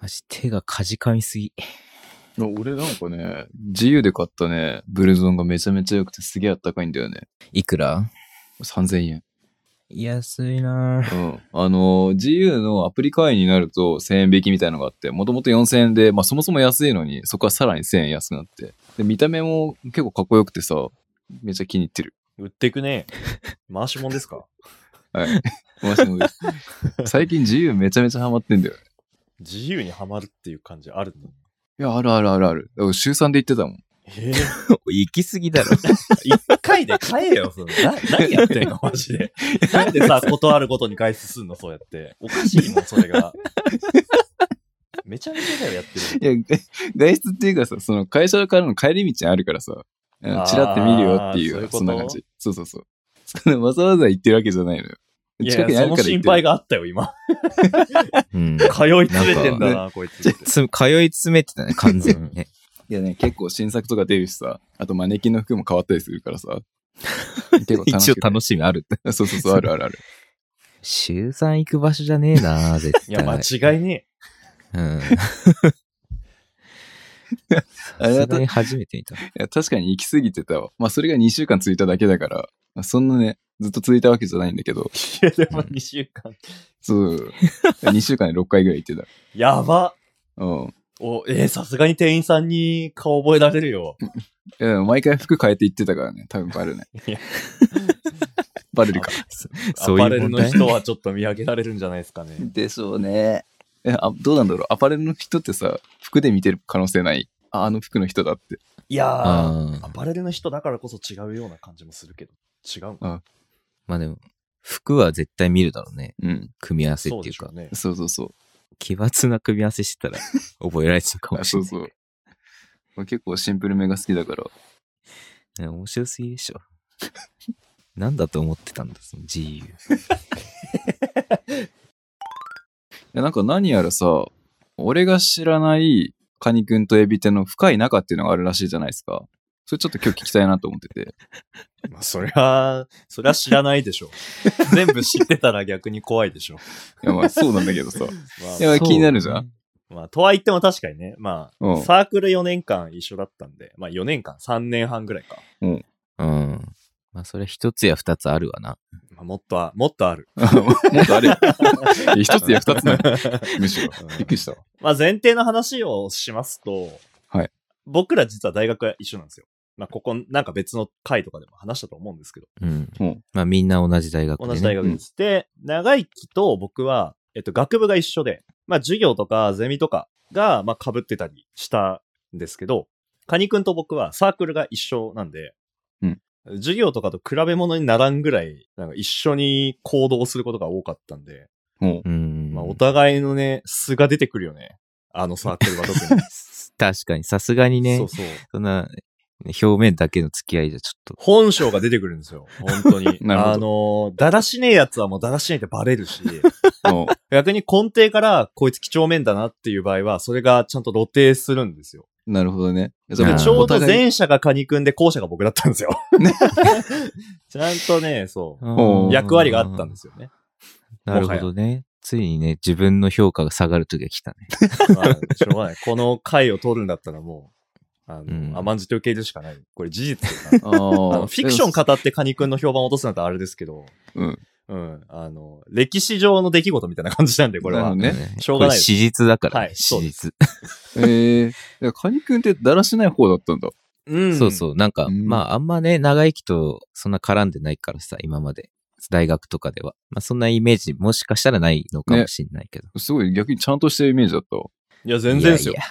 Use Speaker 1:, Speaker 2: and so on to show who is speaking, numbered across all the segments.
Speaker 1: マジ手がかじかみすぎ。
Speaker 2: あ俺なんかね、自由で買ったね、ブルゾンがめちゃめちゃ良くてすげえあったかいんだよね。
Speaker 1: いくら
Speaker 2: 3000円。
Speaker 1: 安いなぁ
Speaker 2: うん。あの、GU のアプリ会員になると1000円引きみたいなのがあって、もともと4000円で、まあそもそも安いのに、そこはさらに1000円安くなって。で、見た目も結構かっこよくてさ、めっちゃ気に入ってる。
Speaker 3: 売ってくね。回しもんですか
Speaker 2: はい。マジで最近 GU めちゃめちゃハマってんだよね。
Speaker 3: 自由にはまるっていう感じあるの
Speaker 2: いや、あるあるあるある。だから週3で行ってたもん。
Speaker 3: ええ
Speaker 1: 行き過ぎだろ。
Speaker 3: 一回で買えよ、その。な、何やってん の、マジで。なんでさ、断るごとに外出すんの、そうやって。おかしいもん、それが。めちゃめちゃだよ、やってる
Speaker 2: いや、が外出っていうかさ、その会社からの帰り道あるからさ、あの
Speaker 3: あー
Speaker 2: チラって見るよっていう、
Speaker 3: そういうこと
Speaker 2: そんな感じ。そうそうそう。そんなわざわざ行ってるわけじゃないのよ。
Speaker 3: こと。い
Speaker 2: 近
Speaker 3: や、
Speaker 2: くにあ
Speaker 3: そ
Speaker 2: るから
Speaker 3: の
Speaker 2: 行
Speaker 3: 心
Speaker 2: ってる
Speaker 3: 配があった よ、今。
Speaker 1: うん。
Speaker 3: 通い詰めてんだな、こいつ。
Speaker 1: つ通い詰めてたね、完全にね。
Speaker 2: いやね、結構新作とか出るしさ、あとマネキンの服も変わったりするから さ。結構楽
Speaker 1: 一
Speaker 2: し
Speaker 1: 応
Speaker 2: くて
Speaker 1: 楽しみあるって。
Speaker 2: そうそうそう、あるあるある。
Speaker 1: 週3行く場所じゃねえ なぁ絶対。
Speaker 3: いや、間違いね
Speaker 1: うん。
Speaker 2: あれ
Speaker 1: さす
Speaker 2: は
Speaker 1: がに初めて見た。
Speaker 2: いや確かに行き過ぎてたわ。まあそれが2週間続いただけだから、まあそんなね、ずっと続いたわけじゃないんだけど、
Speaker 3: え。いや、でも2週間。
Speaker 2: そう、2週 間で6回ぐらい行って
Speaker 3: やば。
Speaker 2: た。うん。
Speaker 3: お、えーさすがに店員さんに顔覚えられるよ。
Speaker 2: いやでも毎回服変えて行ってたからね、多分バレない
Speaker 3: いや。
Speaker 2: バレるか。
Speaker 3: アパレルの
Speaker 1: 問題
Speaker 3: 人はちょっと見上げられるんじゃないですかね。
Speaker 2: でしょうね。えあどうなんだろうアパレルの人ってさ、服で見てる可能性ないああの服の人だって。
Speaker 3: いやー、
Speaker 1: あ
Speaker 3: ア
Speaker 1: ー
Speaker 3: パレルの人だからこそ違うような感じもするけど。違うの
Speaker 1: まあでも、服は絶対見るだろうね。
Speaker 2: うん。
Speaker 1: 組み合わせっ
Speaker 3: そう
Speaker 1: てい
Speaker 3: で
Speaker 1: う
Speaker 3: しょ
Speaker 1: か。
Speaker 3: うね。
Speaker 2: そうそうそう。
Speaker 1: 奇抜な組み合わせしてた ら覚えられちゃうかも
Speaker 2: あ
Speaker 1: し
Speaker 2: そ
Speaker 1: れ
Speaker 2: う
Speaker 1: ない。
Speaker 2: そう。まあ結構シンプルめが好きだから。
Speaker 1: ね面白すぎでしょ。 なんだと思ってたんだ、その GU。
Speaker 2: いやなんか何やらさ、俺が知らないカニ君とエビ天の深い仲っていうのがあるらしいじゃないですか。それちょっと今日聞きたいなと思ってて。
Speaker 3: まあ、そりゃ、 そりゃ知らない でしょ。全部知ってたら逆に怖いでしょ。
Speaker 2: いやまあそうなんだ けどさ。
Speaker 3: まあ
Speaker 2: いや気になるじゃん
Speaker 3: まあ、とは言っても確かにね、まあ、
Speaker 2: うん
Speaker 3: サークル4年間一緒だったんで、まあ4年間、3年半ぐらいか。
Speaker 1: そうね。うん。まあそれは一つや二つあるわな。
Speaker 3: まあ、もっとあ、もっとある。
Speaker 2: もっとあ れ。いや一つや二つなの。むしろ。
Speaker 3: うん
Speaker 2: びっくりしたわ。
Speaker 3: まあ前提の話をしますと、
Speaker 2: はい
Speaker 3: 僕ら実は大学は一緒なんですよ。まあここ、なんか別の回とかでも話したと思うんですけど、
Speaker 1: うん。
Speaker 2: うん
Speaker 1: まあみんな同じ大学で、ね。
Speaker 3: 同じ大学です。で、長生きと僕は、えっと、学部が一緒で、まあ授業とかゼミとかが、まあ被ってたりしたんですけど、カニ君と僕はサークルが一緒なんで、
Speaker 2: うん
Speaker 3: 授業とかと比べ物にならんぐらい、なんか一緒に行動することが多かったんで、
Speaker 2: も。
Speaker 1: うん。
Speaker 3: まあお互いのね、素が出てくるよね。あのサークルは特に。
Speaker 1: 確かに、さすがにね、
Speaker 3: そ
Speaker 1: そう
Speaker 3: そう。
Speaker 1: んな、表面だけの付き合いじゃちょっと。
Speaker 3: 本性が出てくるんですよ。本当に
Speaker 2: なるほど
Speaker 3: あのー、だらしねえやつはもうだらしねえってバレるし、
Speaker 2: う、も
Speaker 3: 逆に根底からこいつ几帳面だなっていう場合は、それがちゃんと露呈するんですよ。
Speaker 2: う、なるほど ね。じ
Speaker 1: で
Speaker 2: ゃあ
Speaker 1: も
Speaker 2: も
Speaker 3: ちょう
Speaker 2: お
Speaker 3: ど
Speaker 2: 互い
Speaker 3: 前者がカニ君で後者が僕だったんですよ。ちゃんとね、そう。
Speaker 2: うん
Speaker 3: 役割があったんですよね。
Speaker 1: なるほどね。ついにね、自分の評価が下がる時が来たね。
Speaker 3: まあ、しょうがない。この回を取るんだったらもう、あの、
Speaker 1: うん
Speaker 3: 甘んじて受け入れるしかない。これ事実 だからあ
Speaker 2: あ
Speaker 3: の
Speaker 2: あ
Speaker 3: フィクション語ってカニ君の評判を落とすなんてあれですけど、
Speaker 2: うん。
Speaker 3: うん。あの、歴史上の出来事みたいな感じなんで、これは。
Speaker 2: ね
Speaker 3: しょうがない
Speaker 1: これ史実だから、ね
Speaker 3: はい
Speaker 1: 史
Speaker 3: そうで
Speaker 1: 実。
Speaker 2: ええいやカニ君ってだらしない方だったんだ。
Speaker 3: うん
Speaker 1: そうそう。なんか、
Speaker 2: うん
Speaker 1: まあ、あんまね、長生きとそんな絡んでないからさ、今まで。大学とかでは。まあ、そんなイメージ、もしかしたらないのかもしれないけど。
Speaker 2: すごい逆にちゃんとしたイメージだ ったわ。
Speaker 3: いや、全然です
Speaker 1: い。
Speaker 3: よ
Speaker 1: や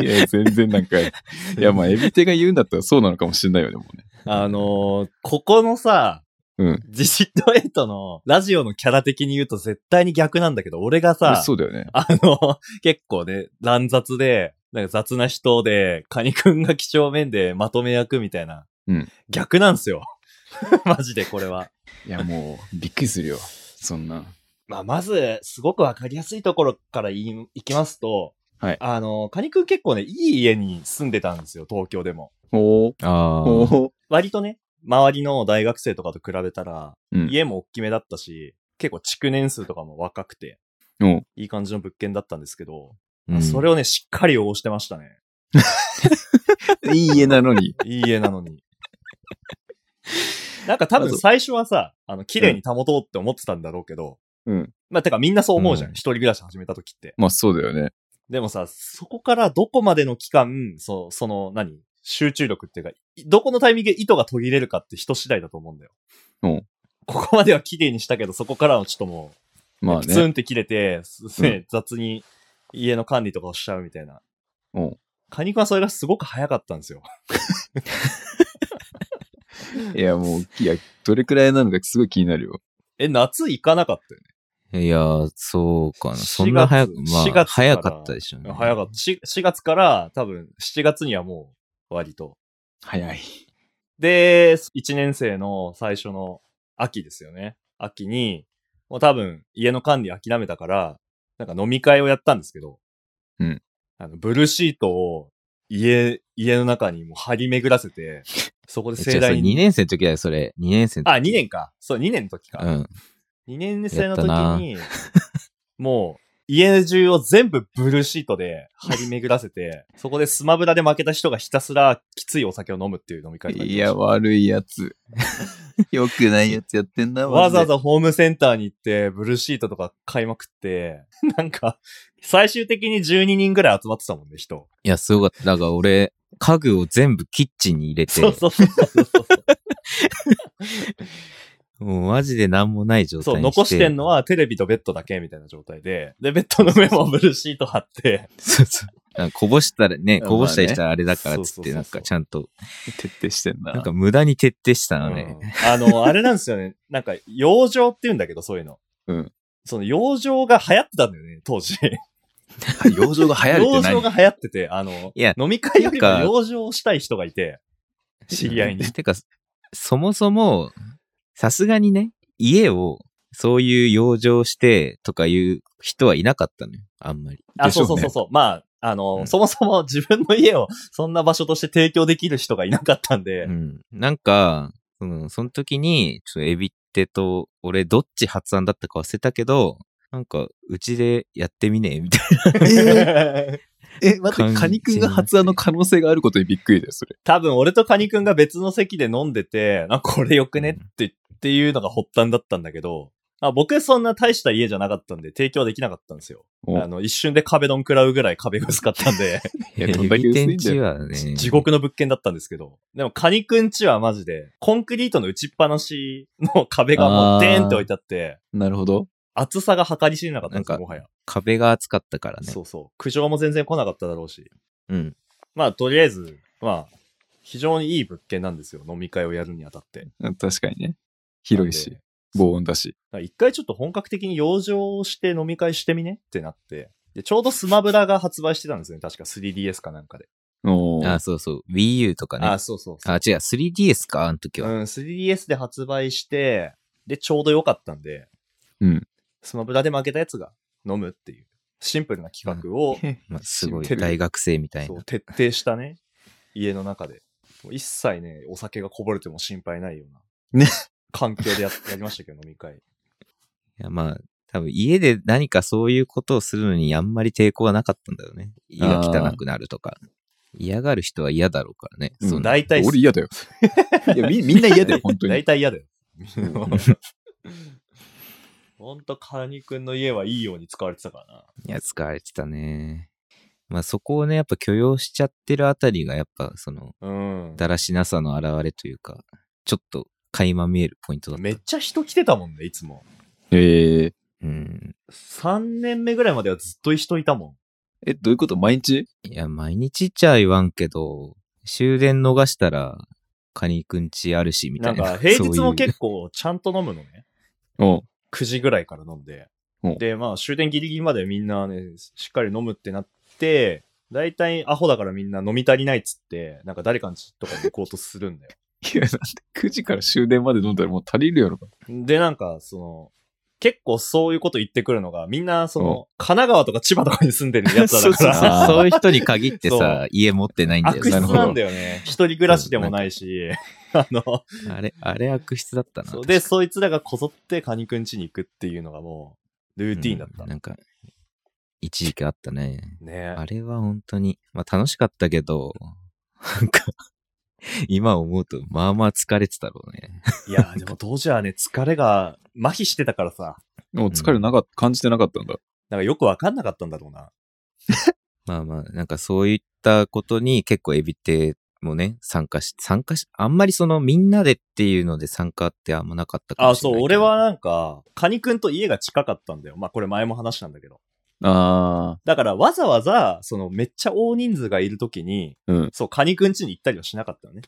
Speaker 2: いや、全然なんか、いや、まあ、エビテが言うんだったらそうなのかもしれないよね、もうね。
Speaker 3: あのーここのさ、
Speaker 2: うん。
Speaker 3: ディジットエイトのラジオのキャラ的に言うと絶対に逆なんだけど、俺がさ、
Speaker 2: そうだよね。
Speaker 3: あの、結構ね、乱雑で、なんか雑な人で、カニ君が几帳面でまとめ役みたいな。
Speaker 2: うん
Speaker 3: 逆なんすよ。 マジでこれは。
Speaker 2: いや、もう、びっくりするよ。そんな。
Speaker 3: まあ、まず、すごくわかりやすいところから言いいきますと、
Speaker 2: はい
Speaker 3: あの、カニ君結構ね、いい家に住んでたんですよ、東京でも。
Speaker 2: おー。
Speaker 1: いやあ
Speaker 2: お
Speaker 1: ー。
Speaker 2: ー。
Speaker 3: 割とね、周りの大学生とかと比べたら、
Speaker 2: うん
Speaker 3: 家も大きめだったし、結構築年数とかも若くて、
Speaker 2: うん
Speaker 3: いい感じの物件だったんですけど、
Speaker 1: うん
Speaker 3: それをね、しっかり応してましたね。
Speaker 2: いい家なのに。
Speaker 3: いい家なのに。なんか多
Speaker 2: あ
Speaker 3: 分
Speaker 2: そう
Speaker 3: 最初はさ、あの、綺麗に保とうって思ってたんだろうけど、
Speaker 2: うん。
Speaker 3: まあ、てかみんなそう思うじゃん。
Speaker 1: うん
Speaker 3: 一人暮らし始めた時って。
Speaker 2: まあそうだよね。
Speaker 3: でもさ、そこからどこまでの期間、そう、その、何集中力っていうか、いどこのタイミングで糸が途切れるかって人次第だと思うんだよ。
Speaker 2: うん
Speaker 3: ここまでは綺麗にしたけど、そこからはちょっともう、
Speaker 2: まあ
Speaker 3: プツ
Speaker 2: ね。
Speaker 3: ンって切れて、すね雑に家の管理とかをしちゃうみたいな。
Speaker 2: うん。
Speaker 3: カニ君はそれがすごく早かったんですよ。
Speaker 2: いやもう、いや、どれくらいなのかすごい気になるよ。
Speaker 3: え、夏行かなかったよ
Speaker 1: いやー、そうかな。
Speaker 3: 4月
Speaker 1: そんな早く、ま
Speaker 3: 4月か
Speaker 1: あ、
Speaker 3: ら
Speaker 1: 早かったでしょうね
Speaker 3: ね。。早かった。し4月から多分7月にはもう割と。
Speaker 2: 早い。
Speaker 3: で、1年生の最初の秋ですよね。秋に、もう多分家の管理諦めたから、なんか飲み会をやったんですけど、
Speaker 2: うん。
Speaker 3: あの、ブルーシートを家、家の中にもう張り巡らせて、そこで
Speaker 1: え。じゃ
Speaker 3: 盛
Speaker 1: あ、それ
Speaker 3: 大
Speaker 1: 2
Speaker 3: に。
Speaker 1: 年生の時だよ、それ。2年生の時。
Speaker 3: あ、2年か。そう、2年の時か。
Speaker 1: うん。
Speaker 3: 2年生の時に、 もう、家中を全部ブルーシートで張り巡らせて、そこでスマブラで負けた人がひたすらきついお酒を飲むっていう飲み会とか
Speaker 2: いや、悪いや つ。よくないやつやってんな、
Speaker 3: わざわ
Speaker 2: ざ。
Speaker 3: ざホームセンターに行って、ブルーシートとか買いまくって、なんか、最終的に12人ぐらい集まってたもんね、人。
Speaker 1: いや、すごかった。だから俺、家具を全部キッチンに入れて、
Speaker 3: そうそうそうそうそう。
Speaker 1: もうマジで何もない状態
Speaker 3: そう、
Speaker 1: にして。
Speaker 3: 残してんの。はテレビとベッドだけみたいな状態で、で、ベッドの上もブルーシート貼って、
Speaker 1: そうそう。なんかこぼしたらね、
Speaker 2: まあね
Speaker 1: こぼしたりしたらあれだからっつ
Speaker 3: そ
Speaker 1: っ
Speaker 3: うそうそうそ
Speaker 1: て、
Speaker 3: う
Speaker 1: なんかちゃんと、
Speaker 2: 徹底してんな。
Speaker 1: なんか無駄に徹底したのね。
Speaker 3: うんあの、あれなんですよね。 なんか、養生って言うんだけど、そういうの。
Speaker 2: うん
Speaker 3: その、養生が流行ってたんだよね、当時。
Speaker 2: 養生が流行る
Speaker 3: 養
Speaker 2: って
Speaker 3: 生
Speaker 2: 何
Speaker 3: が流行ってて、あの、
Speaker 1: いや
Speaker 3: 飲み会よりも
Speaker 1: なんか
Speaker 3: 養生をしたい人がいて、知り合いに。
Speaker 1: てか、そもそも、さすがにね、家を、そういう養生してとかいう人はいなかったのよ、あんまり。
Speaker 3: あ、
Speaker 2: でしょ
Speaker 3: そうう
Speaker 2: ね
Speaker 3: そうそうそう。まあ、あの、
Speaker 1: うん
Speaker 3: そもそも自分の家をそんな場所として提供できる人がいなかったんで、
Speaker 1: うん。なんか、その、その時に、ちょっとエビってと、俺どっち発案だったか忘れたけど、なんか、うちでやってみねえみたい
Speaker 2: え、待って、カニ君が発案の可能性があることにびっくりだよ、それ。
Speaker 3: 多分俺とカニ君が別の席で飲んでて、なんかこれよくねって言っていうのが発端だったんだけど、あ僕そんな大した家じゃなかったんで提供できなかったんですよ。
Speaker 2: お
Speaker 3: あの、一瞬で壁ドン食らうぐらい壁が薄かったんで、
Speaker 2: いや
Speaker 1: な。
Speaker 2: どんだけ薄い
Speaker 1: エ
Speaker 2: んだよ
Speaker 1: ビ天地はね、
Speaker 3: 地獄の物件だったんですけど、でもカニくんちはマジで、コンクリートの打ちっぱなしの壁がもうデーンって置いてあって、
Speaker 2: なるほど。
Speaker 3: 厚さが計り知れなかったんです
Speaker 1: なん
Speaker 3: よ、
Speaker 1: か
Speaker 3: もはや。
Speaker 1: 壁が厚かったからね。
Speaker 3: そうそう。苦情も全然来なかっただろうし。
Speaker 1: うん。
Speaker 3: まあ、とりあえず、まあ、非常にいい物件なんですよ、飲み会をやるにあたって。
Speaker 2: うん確かにね。広い
Speaker 3: なん
Speaker 2: し
Speaker 3: で、。
Speaker 2: 防音だし。
Speaker 3: だから一回ちょっと本格的に養生して飲み会してみねってなって。で、ちょうどスマブラが発売してたんですよね。確か 3DS かなんかで。
Speaker 2: おー
Speaker 1: あ、そうそう。Wii U とかね。
Speaker 3: あ、
Speaker 1: あ、
Speaker 3: そうそうそう。
Speaker 1: 違う、3DS か、あの時
Speaker 3: う
Speaker 1: は。
Speaker 3: ん、3DS で発売して、で、ちょうど良かったんで、
Speaker 2: うん。
Speaker 3: スマブラで負けたやつが飲むっていう、シンプルな企画を、
Speaker 1: まあ、すごい、
Speaker 2: テレビ
Speaker 1: 大学生みたい
Speaker 3: そ
Speaker 1: な
Speaker 3: う、。徹底したね、家の中で。もう一切ね、お酒がこぼれても心配ないような。
Speaker 2: ね
Speaker 3: 環境でや やりましたけど、飲み会。
Speaker 1: いや、まあ、多分家で何かそういうことをするのにあんまり抵抗はなかったんだよね。胃が汚くなるとか。嫌がる人は嫌だろうからね。
Speaker 2: うん
Speaker 1: そんな
Speaker 3: 大体、
Speaker 2: 俺嫌 だよ。いや、み、みんな嫌だよ、本当
Speaker 3: 大
Speaker 2: に。
Speaker 3: 体嫌だよ。 ほんと、カニ君の家はいいように使われてたからな。
Speaker 1: いや、使われてたね。まあそこをね、やっぱ許容しちゃってるあたりが、やっぱその、
Speaker 3: うん。
Speaker 1: だらしなさの表れというか、ちょっと垣間見えるポイントだった。
Speaker 3: めっちゃ人来てたもんね、いつも。
Speaker 2: えー
Speaker 1: うん。
Speaker 3: 3年目ぐらいまではずっと人いたも
Speaker 2: え、どういうこと毎日
Speaker 1: いや、毎日っちゃ言わんけど、終電逃したら、カニくんちあるし、み
Speaker 3: ん。
Speaker 1: た
Speaker 3: ないん
Speaker 1: な。
Speaker 3: か、平日も
Speaker 1: そういう
Speaker 3: 結構ちゃんと飲むのね。
Speaker 2: おう
Speaker 3: 9時ぐらいから飲んで
Speaker 2: うん。
Speaker 3: で、まあ、終電ギリギリまでみんなね、しっかり飲むってなって、大体アホだからみんな飲み足りないっつって、なんか誰かんちとかに行こうとするん だよ。
Speaker 2: いや、なんで9時から終電まで飲んだらもう足りるやろ。
Speaker 3: で、なんか、その、結構そういうこと言ってくるのが、みんな、その、
Speaker 2: うん
Speaker 3: 神奈川とか千葉とかに住んでるやつらだ か
Speaker 1: そう
Speaker 3: ら、
Speaker 1: そうそういう人に限って
Speaker 3: そ
Speaker 1: さ、家持ってないんだよ。
Speaker 3: 悪質
Speaker 2: なるほど
Speaker 3: なんだよね。一人暮らしでもないし、 あの、
Speaker 1: あれ、あれ悪質だったな。
Speaker 3: そうで、そいつらがこぞってカニくん家に行くっていうのがもう、ルーティーンだった。
Speaker 1: うんなんか、一時期あったね。
Speaker 3: ね
Speaker 1: あれは本当に、まあ楽しかったけど、なんか、今思うと、まあまあ疲れてたろうね。
Speaker 3: いやー、でも当時はね、疲れが麻痺してたからさ、
Speaker 2: もう疲れなかっ感じてなかったんだ。
Speaker 3: なんかよくわかんなかったんだろうな。
Speaker 1: まあまあ、なんかそういったことに結構エビテもね、参加し、参加し、あんまりそのみんなでっていうので参加ってあんまなかったか
Speaker 3: あ、
Speaker 1: もしれ
Speaker 3: そ
Speaker 1: ない、
Speaker 3: う
Speaker 1: け
Speaker 3: 俺
Speaker 1: ど
Speaker 3: は、なんか、カニくんと家が近かったんだよ。まあこれ前も話したんだけど。
Speaker 2: あ
Speaker 3: だからわざわざ、そのめっちゃ大人数がいるときに、
Speaker 2: うん
Speaker 3: そう、カニくん家に行ったりはしなかったよね。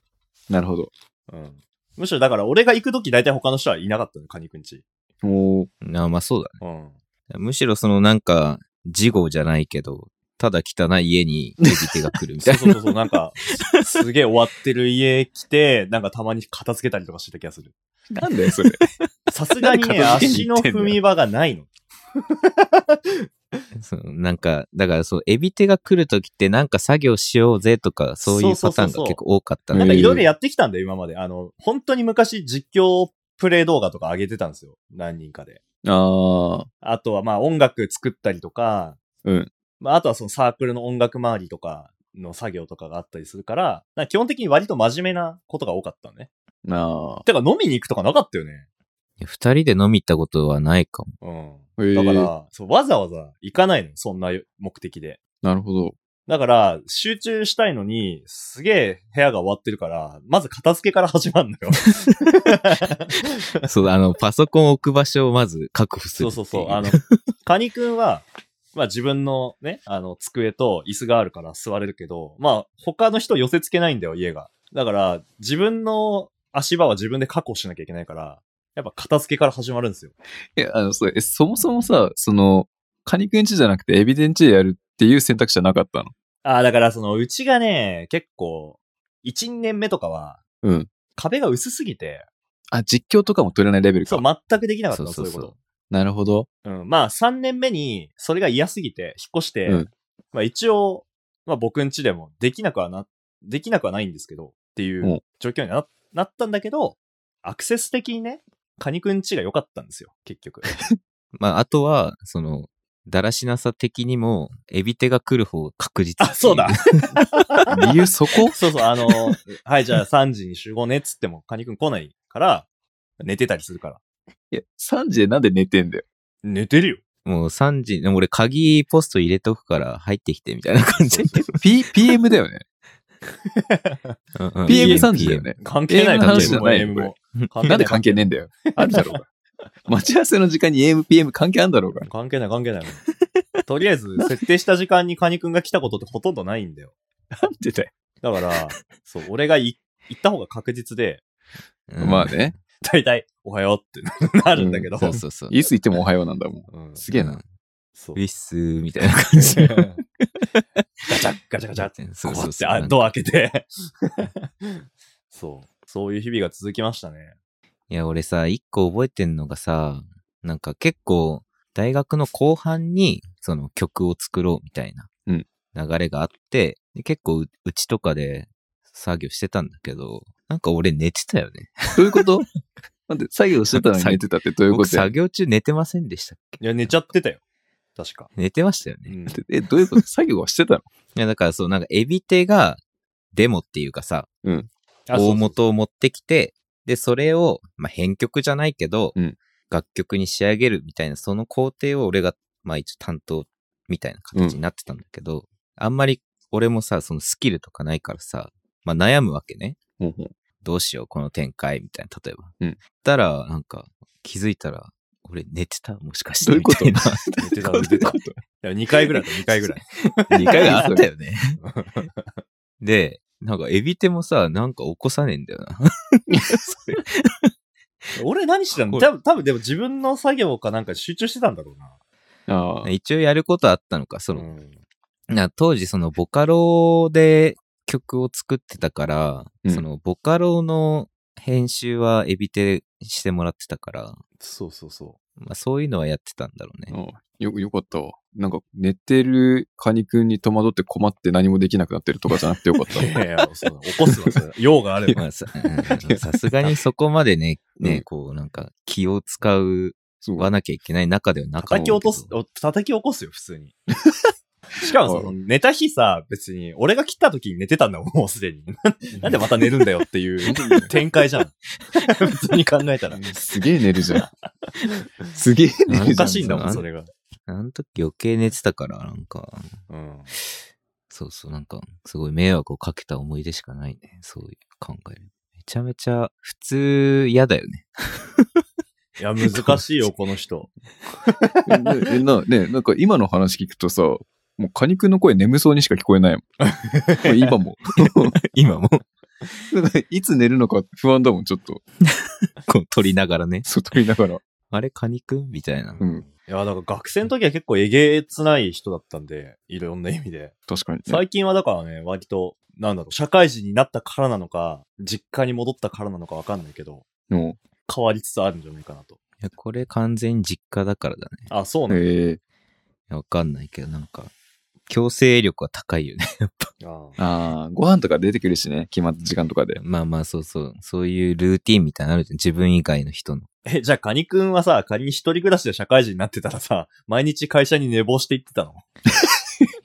Speaker 2: あ、なるほど。
Speaker 3: うん。むしろだから俺が行くとき大体他の人はいなかったのよ、カニくん家。
Speaker 2: おー
Speaker 1: あまあそうだね。
Speaker 3: うん。
Speaker 1: むしろそのなんか、事後じゃないけど、ただ汚い家にエビテが来るみた
Speaker 3: そ
Speaker 1: いうな。
Speaker 3: そうそうそう、なんか、すすげえ終わってる家来て、なんかたまに片付けたりとかしてた気がする。
Speaker 2: なんだよ、そ れ。
Speaker 3: さすがにね、
Speaker 2: 片付け
Speaker 3: 足
Speaker 2: に
Speaker 3: の
Speaker 2: 行ってんだ
Speaker 3: 踏み場がないの。
Speaker 1: そのなんか、だからそう、エビテが来るときってなんか作業しようぜとか、そういうパターン
Speaker 3: そうそうそうそ
Speaker 1: が
Speaker 3: う
Speaker 1: 結構多かった
Speaker 3: なん
Speaker 1: ね。
Speaker 3: かいろいろやってきたんだよ、今まで。あの、本当に昔実況プレイ動画とか上げてたんですよ。何人かで。
Speaker 2: ああ、
Speaker 3: あとはまあ音楽作ったりとか、
Speaker 2: うん。
Speaker 3: まああとはそのサークルの音楽周りとかの作業とかがあったりするから、なんか基本的に割と真面目なことが多かったのね。
Speaker 2: あ
Speaker 3: てか飲みに行くとかなかったよね。
Speaker 1: 二人で飲み行ったことはないかも。
Speaker 3: う
Speaker 2: へえ
Speaker 3: ん。だから、そうわざわざ行かないのよ、そんな目的で。
Speaker 2: あ、なるほど。
Speaker 3: だから、集中したいのに、すげえ部屋が終わってるから、まず片付けから始まるのよ。
Speaker 1: そう、あの、パソコン置く場所をまず確保す
Speaker 3: そ
Speaker 1: る
Speaker 3: う
Speaker 1: ってい
Speaker 3: そうそう。あの、カニくんは、まあ自分のね、あの、机と椅子があるから座れるけど、まあ他の人寄せ付けないんだよ、家が。だから、自分の足場は自分で確保しなきゃいけないから、やっぱ片付けから始まるんですよ。
Speaker 2: いや、あの、それえそもそもさ、その、カニくんちじゃなくてエビデンチでやるっていう選択肢はなかったの。
Speaker 3: ああ、だからその、うちがね、結構、1、2年目とかは、
Speaker 2: うん。
Speaker 3: 壁が薄すぎて、
Speaker 2: あ、実況とかも取れないレベル
Speaker 3: そ
Speaker 2: か
Speaker 3: う、。全くできなかったの、
Speaker 1: そ
Speaker 3: そうう
Speaker 1: そ
Speaker 3: いうう
Speaker 1: そ
Speaker 3: こ
Speaker 1: う
Speaker 3: と。
Speaker 2: なるほど。
Speaker 3: うん、まあ3年目にそれが嫌すぎて引っ越して、
Speaker 2: うん
Speaker 3: まあ一応、まあ僕ん家でもできなくはな、できなくはないんですけどってい
Speaker 2: お
Speaker 3: う状況にはななったんだけど、アクセス的にね、カニくん家が良かったんですよ、結 局。
Speaker 1: まあ、あとは、その、だらしなさ的にも、エビテが来る方が確実。
Speaker 3: あ、そうだ
Speaker 2: 理由そ こ
Speaker 3: そうそう、あの、はい、じゃあ3時に集合ねっつってもカニくん来ないから、寝てたりするから。
Speaker 2: いや、3時でなんで寝てんだよ。
Speaker 3: 寝てるよ。
Speaker 1: もう3時、でも俺鍵ポスト入れとくから入ってきてみ たいな感じ。
Speaker 2: P、PM だよね。
Speaker 1: うんうん
Speaker 2: PM3 時だよ。ね。
Speaker 3: 関係ない
Speaker 2: AM
Speaker 1: の話じゃ
Speaker 3: も
Speaker 2: ないよ
Speaker 3: AM も。
Speaker 2: なんで関係ねえんだよ。あるだろうが。待ち合わせの時間に AM、PM 関係あるんだろうが。
Speaker 3: 関係ない関係ない。とりあえず、設定した時間にカニくんが来たことってほとんどないんだよ。
Speaker 2: なんでだよ。
Speaker 3: だから、そう、俺がい行った方が確実で、
Speaker 1: うん
Speaker 2: まあね。
Speaker 3: 大体、おはようって なるんだけど。
Speaker 1: そうそう そう。
Speaker 2: いつ行ってもおはようなんだもん。
Speaker 3: うん
Speaker 2: すげえ
Speaker 1: う。
Speaker 2: なん
Speaker 3: そう
Speaker 1: ウィッスーみたいな感じ。
Speaker 3: ガチャッガチャガチャって、
Speaker 1: そ
Speaker 3: こ
Speaker 1: う
Speaker 3: う
Speaker 1: そ
Speaker 3: や
Speaker 1: う
Speaker 3: っ
Speaker 1: そう
Speaker 3: てあドア開けて。そう。そういう日々が続きましたね。
Speaker 1: いや、俺さ、一個覚えてんのがさ、なんか結構、大学の後半に、その曲を作ろうみたいな
Speaker 2: うん
Speaker 1: 流れがあって、で結構う、うちとかで作業してたんだけど、なんか俺寝てたよね。
Speaker 2: どういうこと待って、作業してたのに寝てたってどういうこ
Speaker 1: 僕
Speaker 2: とや
Speaker 1: 作業中寝てませんでしたっけ
Speaker 3: いや、寝ちゃってたよ。確か。
Speaker 1: 寝てましたよね。
Speaker 3: うん
Speaker 2: 待ってえ、どういうこと作業はしてたの
Speaker 1: いや、だからそう、なんかエビテが、デモっていうかさ、
Speaker 3: あそうそう
Speaker 1: 大元を持ってきて、で、それを、まあ、編曲じゃないけど、
Speaker 2: うん
Speaker 1: 楽曲に仕上げるみたいな、その工程を俺が、まあ、一応担当みたいな形になってたんだけど、あんまり俺もさ、そのスキルとかないからさ、まあ、悩むわけね。
Speaker 2: ほうほう
Speaker 1: どうしよう、この展開、みたいな、例えば。
Speaker 2: うん
Speaker 1: たら、なんか、気づいたら、俺寝てたもしかして。
Speaker 2: どういうこと
Speaker 1: みたい
Speaker 3: 寝てた、寝てた。いや、2回ぐらいだ、2回 ぐらい。
Speaker 2: ?2 回
Speaker 1: な
Speaker 2: が
Speaker 1: あ
Speaker 2: あ
Speaker 1: っ
Speaker 2: ったたよ。
Speaker 1: よね。で、なんか、エビテもさ、なんか起こさねえんだよな。
Speaker 3: 俺何してた
Speaker 1: こ
Speaker 3: の
Speaker 1: れ
Speaker 3: 多分、多分でも自分の作業かなんかに集中してたんだろうな。
Speaker 2: あ あ。
Speaker 1: 一応やることあったのか、その、
Speaker 3: うん
Speaker 1: な当時そのボカロで曲を作ってたから、
Speaker 2: うん
Speaker 1: そのボカロの編集はエビテしてもらってたから、
Speaker 3: そうそうそ
Speaker 1: まあそういうのはやってたんだろうね。
Speaker 2: うんよ、よかったわ。なんか、寝てるカニくんに戸惑って困って何もできなくなってるとかじゃなくてよかっ
Speaker 3: う。
Speaker 2: た
Speaker 3: い
Speaker 2: わ。
Speaker 3: やいや、そう起こすわ、それ用があ れば。
Speaker 1: まあさ うんさすがにそこまでね、
Speaker 2: うん
Speaker 1: ね、こうなんか気を使う
Speaker 2: そう
Speaker 1: わなきゃいけない中ではなかったけ
Speaker 3: 叩き
Speaker 1: ど。
Speaker 3: 落とす、お叩き起こすよ、普通に。 しかもその、寝た日さ、別に、俺が切った時に寝てたんだもん、もうすでに。なんなんでまた寝るんだよって いう展開じゃん。普通に考えたら。
Speaker 2: すげえ寝るじゃん。 すげえ寝るじゃん。
Speaker 3: おか しいんだもん、
Speaker 1: そ
Speaker 3: そうれが。
Speaker 1: あの時余計寝てたから、なんか、
Speaker 3: うん。
Speaker 1: そうそう、なんか、すごい迷惑をかけた思い出しかないね。そういう考える。めちゃめちゃ、普通嫌だよね。
Speaker 3: いや、難しいよ、この人。
Speaker 2: えなえな、ね、なんか今の話聞くとさ、もうカニ君の声眠そうにしか聞こえ ないもん。今も。
Speaker 1: 今も、
Speaker 2: だからいつ寝るのか不安だもん、ちょっと。
Speaker 1: こう撮りながらね。
Speaker 2: そう、撮りながら。
Speaker 1: あれ、カニくんみたいな。
Speaker 2: うん、
Speaker 3: いや、だから学生の時は結構えげつない人だったんで、いろんな意味で。
Speaker 2: 確かに、ね。
Speaker 3: 最近はだからね、割と、なんだろう、社会人になったからなのか、実家に戻ったからなのかわかんないけど、
Speaker 2: の
Speaker 3: 変わりつつあるんじゃないかなと。
Speaker 1: いや、これ完全に実家だからだね。
Speaker 3: あ、そうね。
Speaker 2: えー、
Speaker 1: いやわかんないけど、なんか、強制力は高いよね。
Speaker 3: あー
Speaker 2: ああ、ご飯とか出てくるしね、決まった時間とかで。
Speaker 1: まあまあ、そうそう。そういうルーティンみたいなのあるじゃん。自分以外の人の。
Speaker 3: え、じゃあカニ君はさ、仮に一人暮らしで社会人になってたらさ、毎日会社に寝坊して行ってたの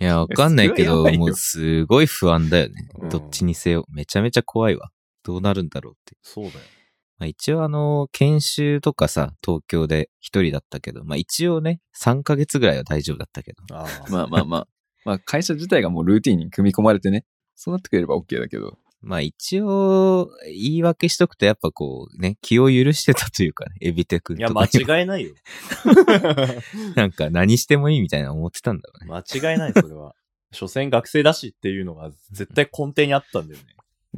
Speaker 1: いや、わかんないけ
Speaker 2: そ
Speaker 1: ど、
Speaker 2: れはやばいよ
Speaker 1: もうすごい不安だよね。
Speaker 3: うん
Speaker 1: どっちにせよ。めちゃめちゃ怖いわ。どうなるんだろうって。
Speaker 3: そうだよ。
Speaker 1: まあ、一応あの、研修とかさ、東京で一人だったけど、まあ一応ね、3ヶ月ぐらいは大丈夫だったけど。
Speaker 3: あ ー
Speaker 2: まあまあまあ。まあ会社自体がもうルーティンに組み込まれてね。そうなってくれれば OK だけど。
Speaker 1: まあ一応、言い訳しとくとやっぱこうね、気を許してたというかね、 エビテ君
Speaker 3: い
Speaker 1: とか
Speaker 3: や、
Speaker 1: に
Speaker 3: 間
Speaker 1: は。
Speaker 3: 違いないよ。
Speaker 1: なんか何してもいいみたいな思ってたんだろうね。
Speaker 3: 間違いない、それ は。所詮学生だしっていうのが絶対根底にあったんだよね。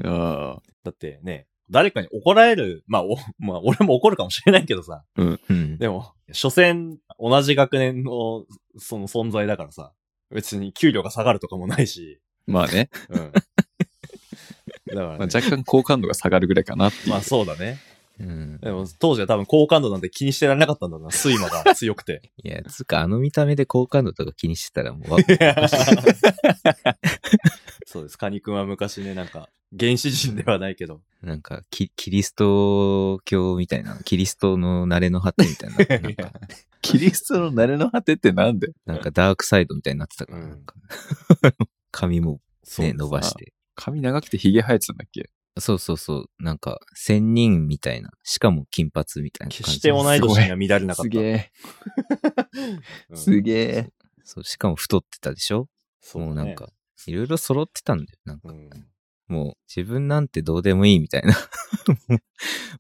Speaker 2: ああ。
Speaker 3: だってね、誰かに怒られる、まあ、お まあ、俺も怒るかもしれないけどさ、
Speaker 1: うん。
Speaker 3: でも、所詮、同じ学年の、その存在だからさ、別に給料が下がるとかもないし、
Speaker 2: まあ ね。
Speaker 3: うん。だから、ね、
Speaker 2: まあ、若干好感度が下がるぐらいかなっていう。
Speaker 3: まあそうだね。
Speaker 1: うん。
Speaker 3: でも、当時は多分好感度なんて気にしてられなかったんだろうな、睡魔が強くて。
Speaker 1: いや、つうかあの見た目で好感度とか気にしてたらもうわ、
Speaker 3: そうです。カニ君は昔ね、なんか、原始人ではないけど、
Speaker 1: なんかキ、キリスト教みたいな、キリストの慣れの果てみた いな、なんか、
Speaker 2: キリストの慣れの果てってなんで
Speaker 1: なんかダークサイドみたいになってたから、
Speaker 3: うん
Speaker 1: なんか 髪も
Speaker 3: そう
Speaker 1: ね、
Speaker 3: です
Speaker 1: 伸ばして。
Speaker 2: 髪長くてヒゲ生えてたんだっけ
Speaker 1: そうそうそう、なんか、仙人みたいな、しかも金髪みたいな感じ。
Speaker 3: 決して同い年には乱れなかった。
Speaker 2: すげえ。
Speaker 3: うん
Speaker 2: すげえ。
Speaker 1: そう、しかも太ってたでしょ
Speaker 3: そうだ
Speaker 1: も
Speaker 3: ね
Speaker 1: うなんか、いろいろ揃ってたんだよ。なんか、
Speaker 3: うん
Speaker 1: もう自分なんてどうでもいいみたいな、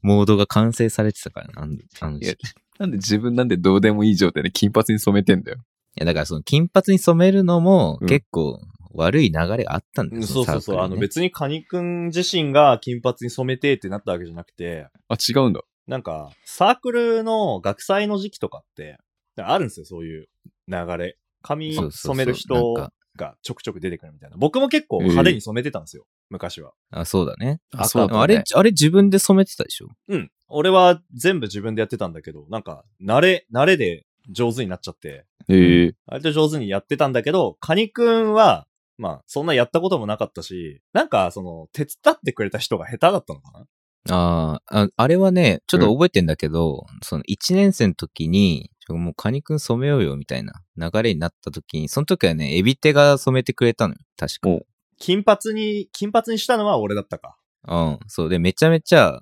Speaker 1: モードが完成されてたからな、あのあの時期
Speaker 2: いやなんで自分なんでどうでもいい状態で金髪に染めてんだよ。
Speaker 1: いや、だからその金髪に染めるのも
Speaker 2: うん
Speaker 1: 結構悪い流れがあったんだ
Speaker 3: う
Speaker 1: よ、の
Speaker 3: んそうそうそう。
Speaker 1: サー
Speaker 3: あ
Speaker 1: クル
Speaker 3: の
Speaker 1: にね
Speaker 3: 別にカニ君自身が金髪に染めてってなったわけじゃなくて、
Speaker 2: あ、違うんだ。
Speaker 3: なんか、サークルの学祭の時期とかって、あるんですよ、そういう流れ。髪
Speaker 1: そうそうそう
Speaker 3: 染める人
Speaker 1: なんか
Speaker 3: がちょくちょく出てくるみたいな。僕も結構派手に染めてたんですよ、昔は。
Speaker 1: あ、そうだね。
Speaker 2: あそうだね
Speaker 1: あれ、あれ自分で染めてたでしょ
Speaker 3: うん。俺は全部自分でやってたんだけど、なんか、慣れ、慣れで上手になっちゃって、
Speaker 2: ええ
Speaker 3: 割と上手にやってたんだけど、カニくんは、まあ、そんなやったこともなかったし、なんか、その、手伝ってくれた人が下手だったのかな
Speaker 1: あーあ、あれはね、ちょっと覚えてんだけど、その1年生の時に、ちょもうカニくん染めようよみたいな流れになった時に、その時はね、エビテが染めてくれたのよ。確か。
Speaker 2: お
Speaker 3: 金髪に、金髪にしたのは俺だっ たか。
Speaker 1: うん。そう。で、めちゃめちゃ、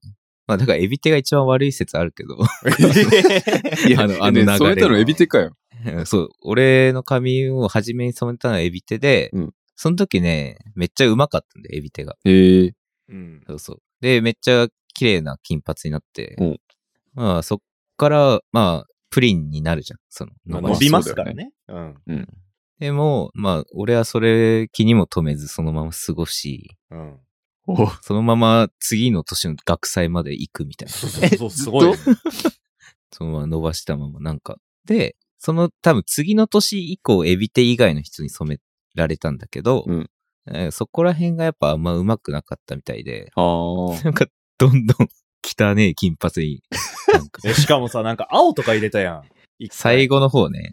Speaker 1: まあだからエビテが一番悪い説あるけど、
Speaker 2: いや、
Speaker 1: あ
Speaker 2: あ
Speaker 1: の
Speaker 2: の、
Speaker 1: あの流れが
Speaker 2: 染めたのエビテかよ。
Speaker 1: そう、俺の髪を初めに染めたのはエビテで、
Speaker 2: うん
Speaker 1: その時ね、めっちゃうまかったんで、エビテが。
Speaker 2: ええ
Speaker 3: うん。
Speaker 1: そうそう。で、めっちゃ綺麗な金髪になって、
Speaker 2: うん
Speaker 1: まあそっから、まあ、プリンになるじゃん、その。
Speaker 3: まあ、
Speaker 2: まあ
Speaker 3: 伸びますからね。うん。
Speaker 1: でも、まあ、俺はそれ気にも留めず、そのまま過ごし、
Speaker 3: うん。
Speaker 2: お
Speaker 1: そのまま次の年の学祭まで行くみたいな。
Speaker 3: そうそうそう、すごいよね。
Speaker 1: そのまま伸ばしたまま、なんか。で、その多分次の年以降、エビテ以外の人に染められたんだけど、
Speaker 2: うん
Speaker 1: えーそこら辺がやっぱあんま上手くなかったみたいで、
Speaker 2: ああ。
Speaker 1: なんか、どんどん汚ねえ金髪に、なん か
Speaker 3: え、しかもさ、なんか青とか入れたやん。一回
Speaker 1: 最後の方ね、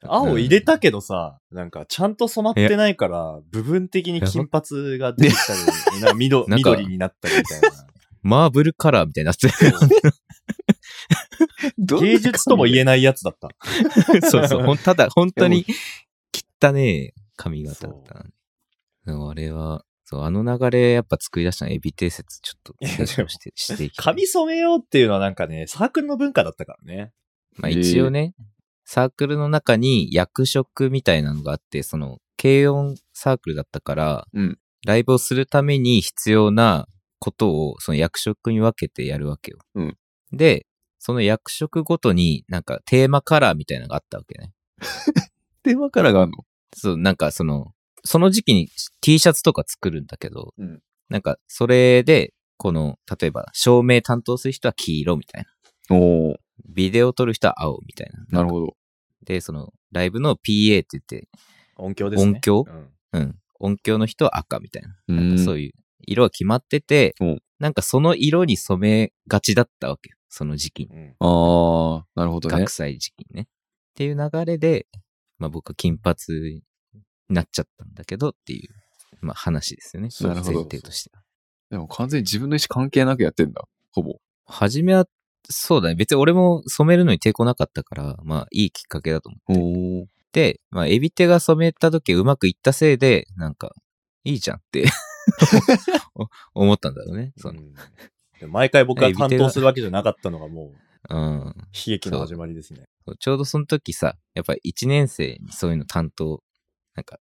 Speaker 3: 青入れたけどさ、なんかちゃんと染まってないから、部分的に金髪が出てきた り、なんか緑
Speaker 1: なんか
Speaker 3: 緑になったりみたいな。
Speaker 1: マーブルカラーみたいになってる。
Speaker 2: どんな
Speaker 3: 芸術とも言えないやつだった。
Speaker 1: そうそう。ほんただ、本当に、汚ねえ髪型だったなでもあれは、そう、あの流れやっぱ作り出したのエビ定説ちょっと
Speaker 3: いや
Speaker 1: 提唱 して、していきたい。
Speaker 3: 髪染めようっていうのはなんかね、サークルの文化だったからね。
Speaker 1: まあ一応ね、サークルの中に役職みたいなのがあって、その、軽音サークルだったから、
Speaker 2: うん
Speaker 1: ライブをするために必要なことを、その役職に分けてやるわけよ。
Speaker 2: うん
Speaker 1: で、その役職ごとになんかテーマカラーみたいなのがあったわけね。
Speaker 2: テーマカラーがあるの
Speaker 1: そう、なんかその、その時期に T シャツとか作るんだけど、
Speaker 2: うん
Speaker 1: なんかそれで、この、例えば、照明担当する人は黄色みたいな。
Speaker 2: おー
Speaker 1: ビデオ撮る人は青みたいな。
Speaker 2: なるほど。
Speaker 1: で、その、ライブの PA って言って、
Speaker 3: 音響ですね。
Speaker 1: 音響
Speaker 3: うん
Speaker 1: うん、音響の人は赤みたいな。
Speaker 2: う
Speaker 1: なん
Speaker 2: ん
Speaker 1: かそういう、色は決まってて
Speaker 2: うん、
Speaker 1: なんかその色に染めがちだったわけよ。その時期に。
Speaker 3: うん
Speaker 2: ああ、なるほどね
Speaker 1: 学。祭時期にね。っていう流れで、まあ僕は金髪になっちゃったんだけどっていう、まあ話ですよね。
Speaker 2: なるほど
Speaker 1: 前提として。
Speaker 2: でも完全に自分の意思関係なくやってんだ。ほぼ。
Speaker 1: 初めは、そうだね。別に俺も染めるのに抵抗なかったから、まあいいきっかけだと思
Speaker 2: おー
Speaker 1: って、まあエビ手が染めた時うまくいったせいで、なんか、いいじゃんってお 思ったんだろうね。その
Speaker 3: うんでも毎回僕が担当するわけじゃなかったのがもう
Speaker 1: うん、
Speaker 3: 悲劇の始まりですね。
Speaker 1: そうちょうどその時さ、やっぱり1年生にそういうの担当、なんか、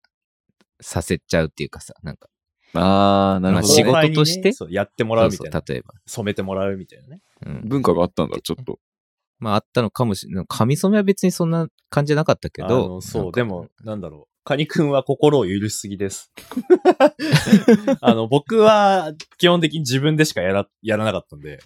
Speaker 1: させちゃうっていうかさ、なんか、
Speaker 2: ああ、なる
Speaker 1: ま
Speaker 2: ほ
Speaker 1: あ
Speaker 2: ど、ね
Speaker 1: 仕事として
Speaker 3: 後輩にねそうやってもらうみたい
Speaker 1: そ
Speaker 3: な
Speaker 1: う。そう例えば。
Speaker 3: 染めてもらうみたいなね。
Speaker 1: うん、
Speaker 2: 文化があったんだ、ちょっと。
Speaker 1: まああったのかもしれない。髪染めは別にそんな感じじゃなかったけ
Speaker 3: あ
Speaker 1: ど。
Speaker 3: のそ
Speaker 1: な
Speaker 3: う、
Speaker 1: んか
Speaker 3: でも、、なんだろう。カニ君は心を許しす ぎです。あの、僕は基本的に自分でしかやら、やらなかったんで。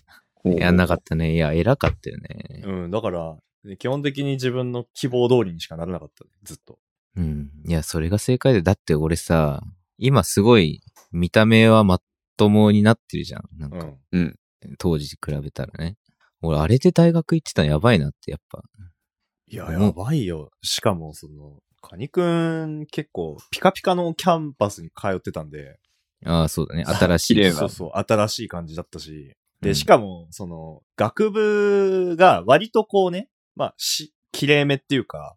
Speaker 1: やんなか
Speaker 2: っ
Speaker 1: ったね。いや、偉かったよね。
Speaker 3: うん、だから、基本的に自分の希望通りにしかならなかった、ずっと。
Speaker 1: うん。いや、それが正解で。だって俺さ、今すごい見た目はまともになってるじゃん。なん
Speaker 3: う
Speaker 1: か、
Speaker 3: ん。
Speaker 1: 当時比べたらね。俺、あれで大学行ってたのやばいなって、やっぱ。
Speaker 3: いや、
Speaker 1: うん
Speaker 3: やばいよ。しかも、その、カニ君結構ピカピカのキャンパスに通ってたんで、
Speaker 1: ああ、そうだね。新しい。
Speaker 2: 綺麗な
Speaker 3: そうそう、新しい感じだったし、
Speaker 1: う
Speaker 3: で、
Speaker 1: ん
Speaker 3: しかも、その、学部が割とこうね、まあ、し、綺麗めっていうか、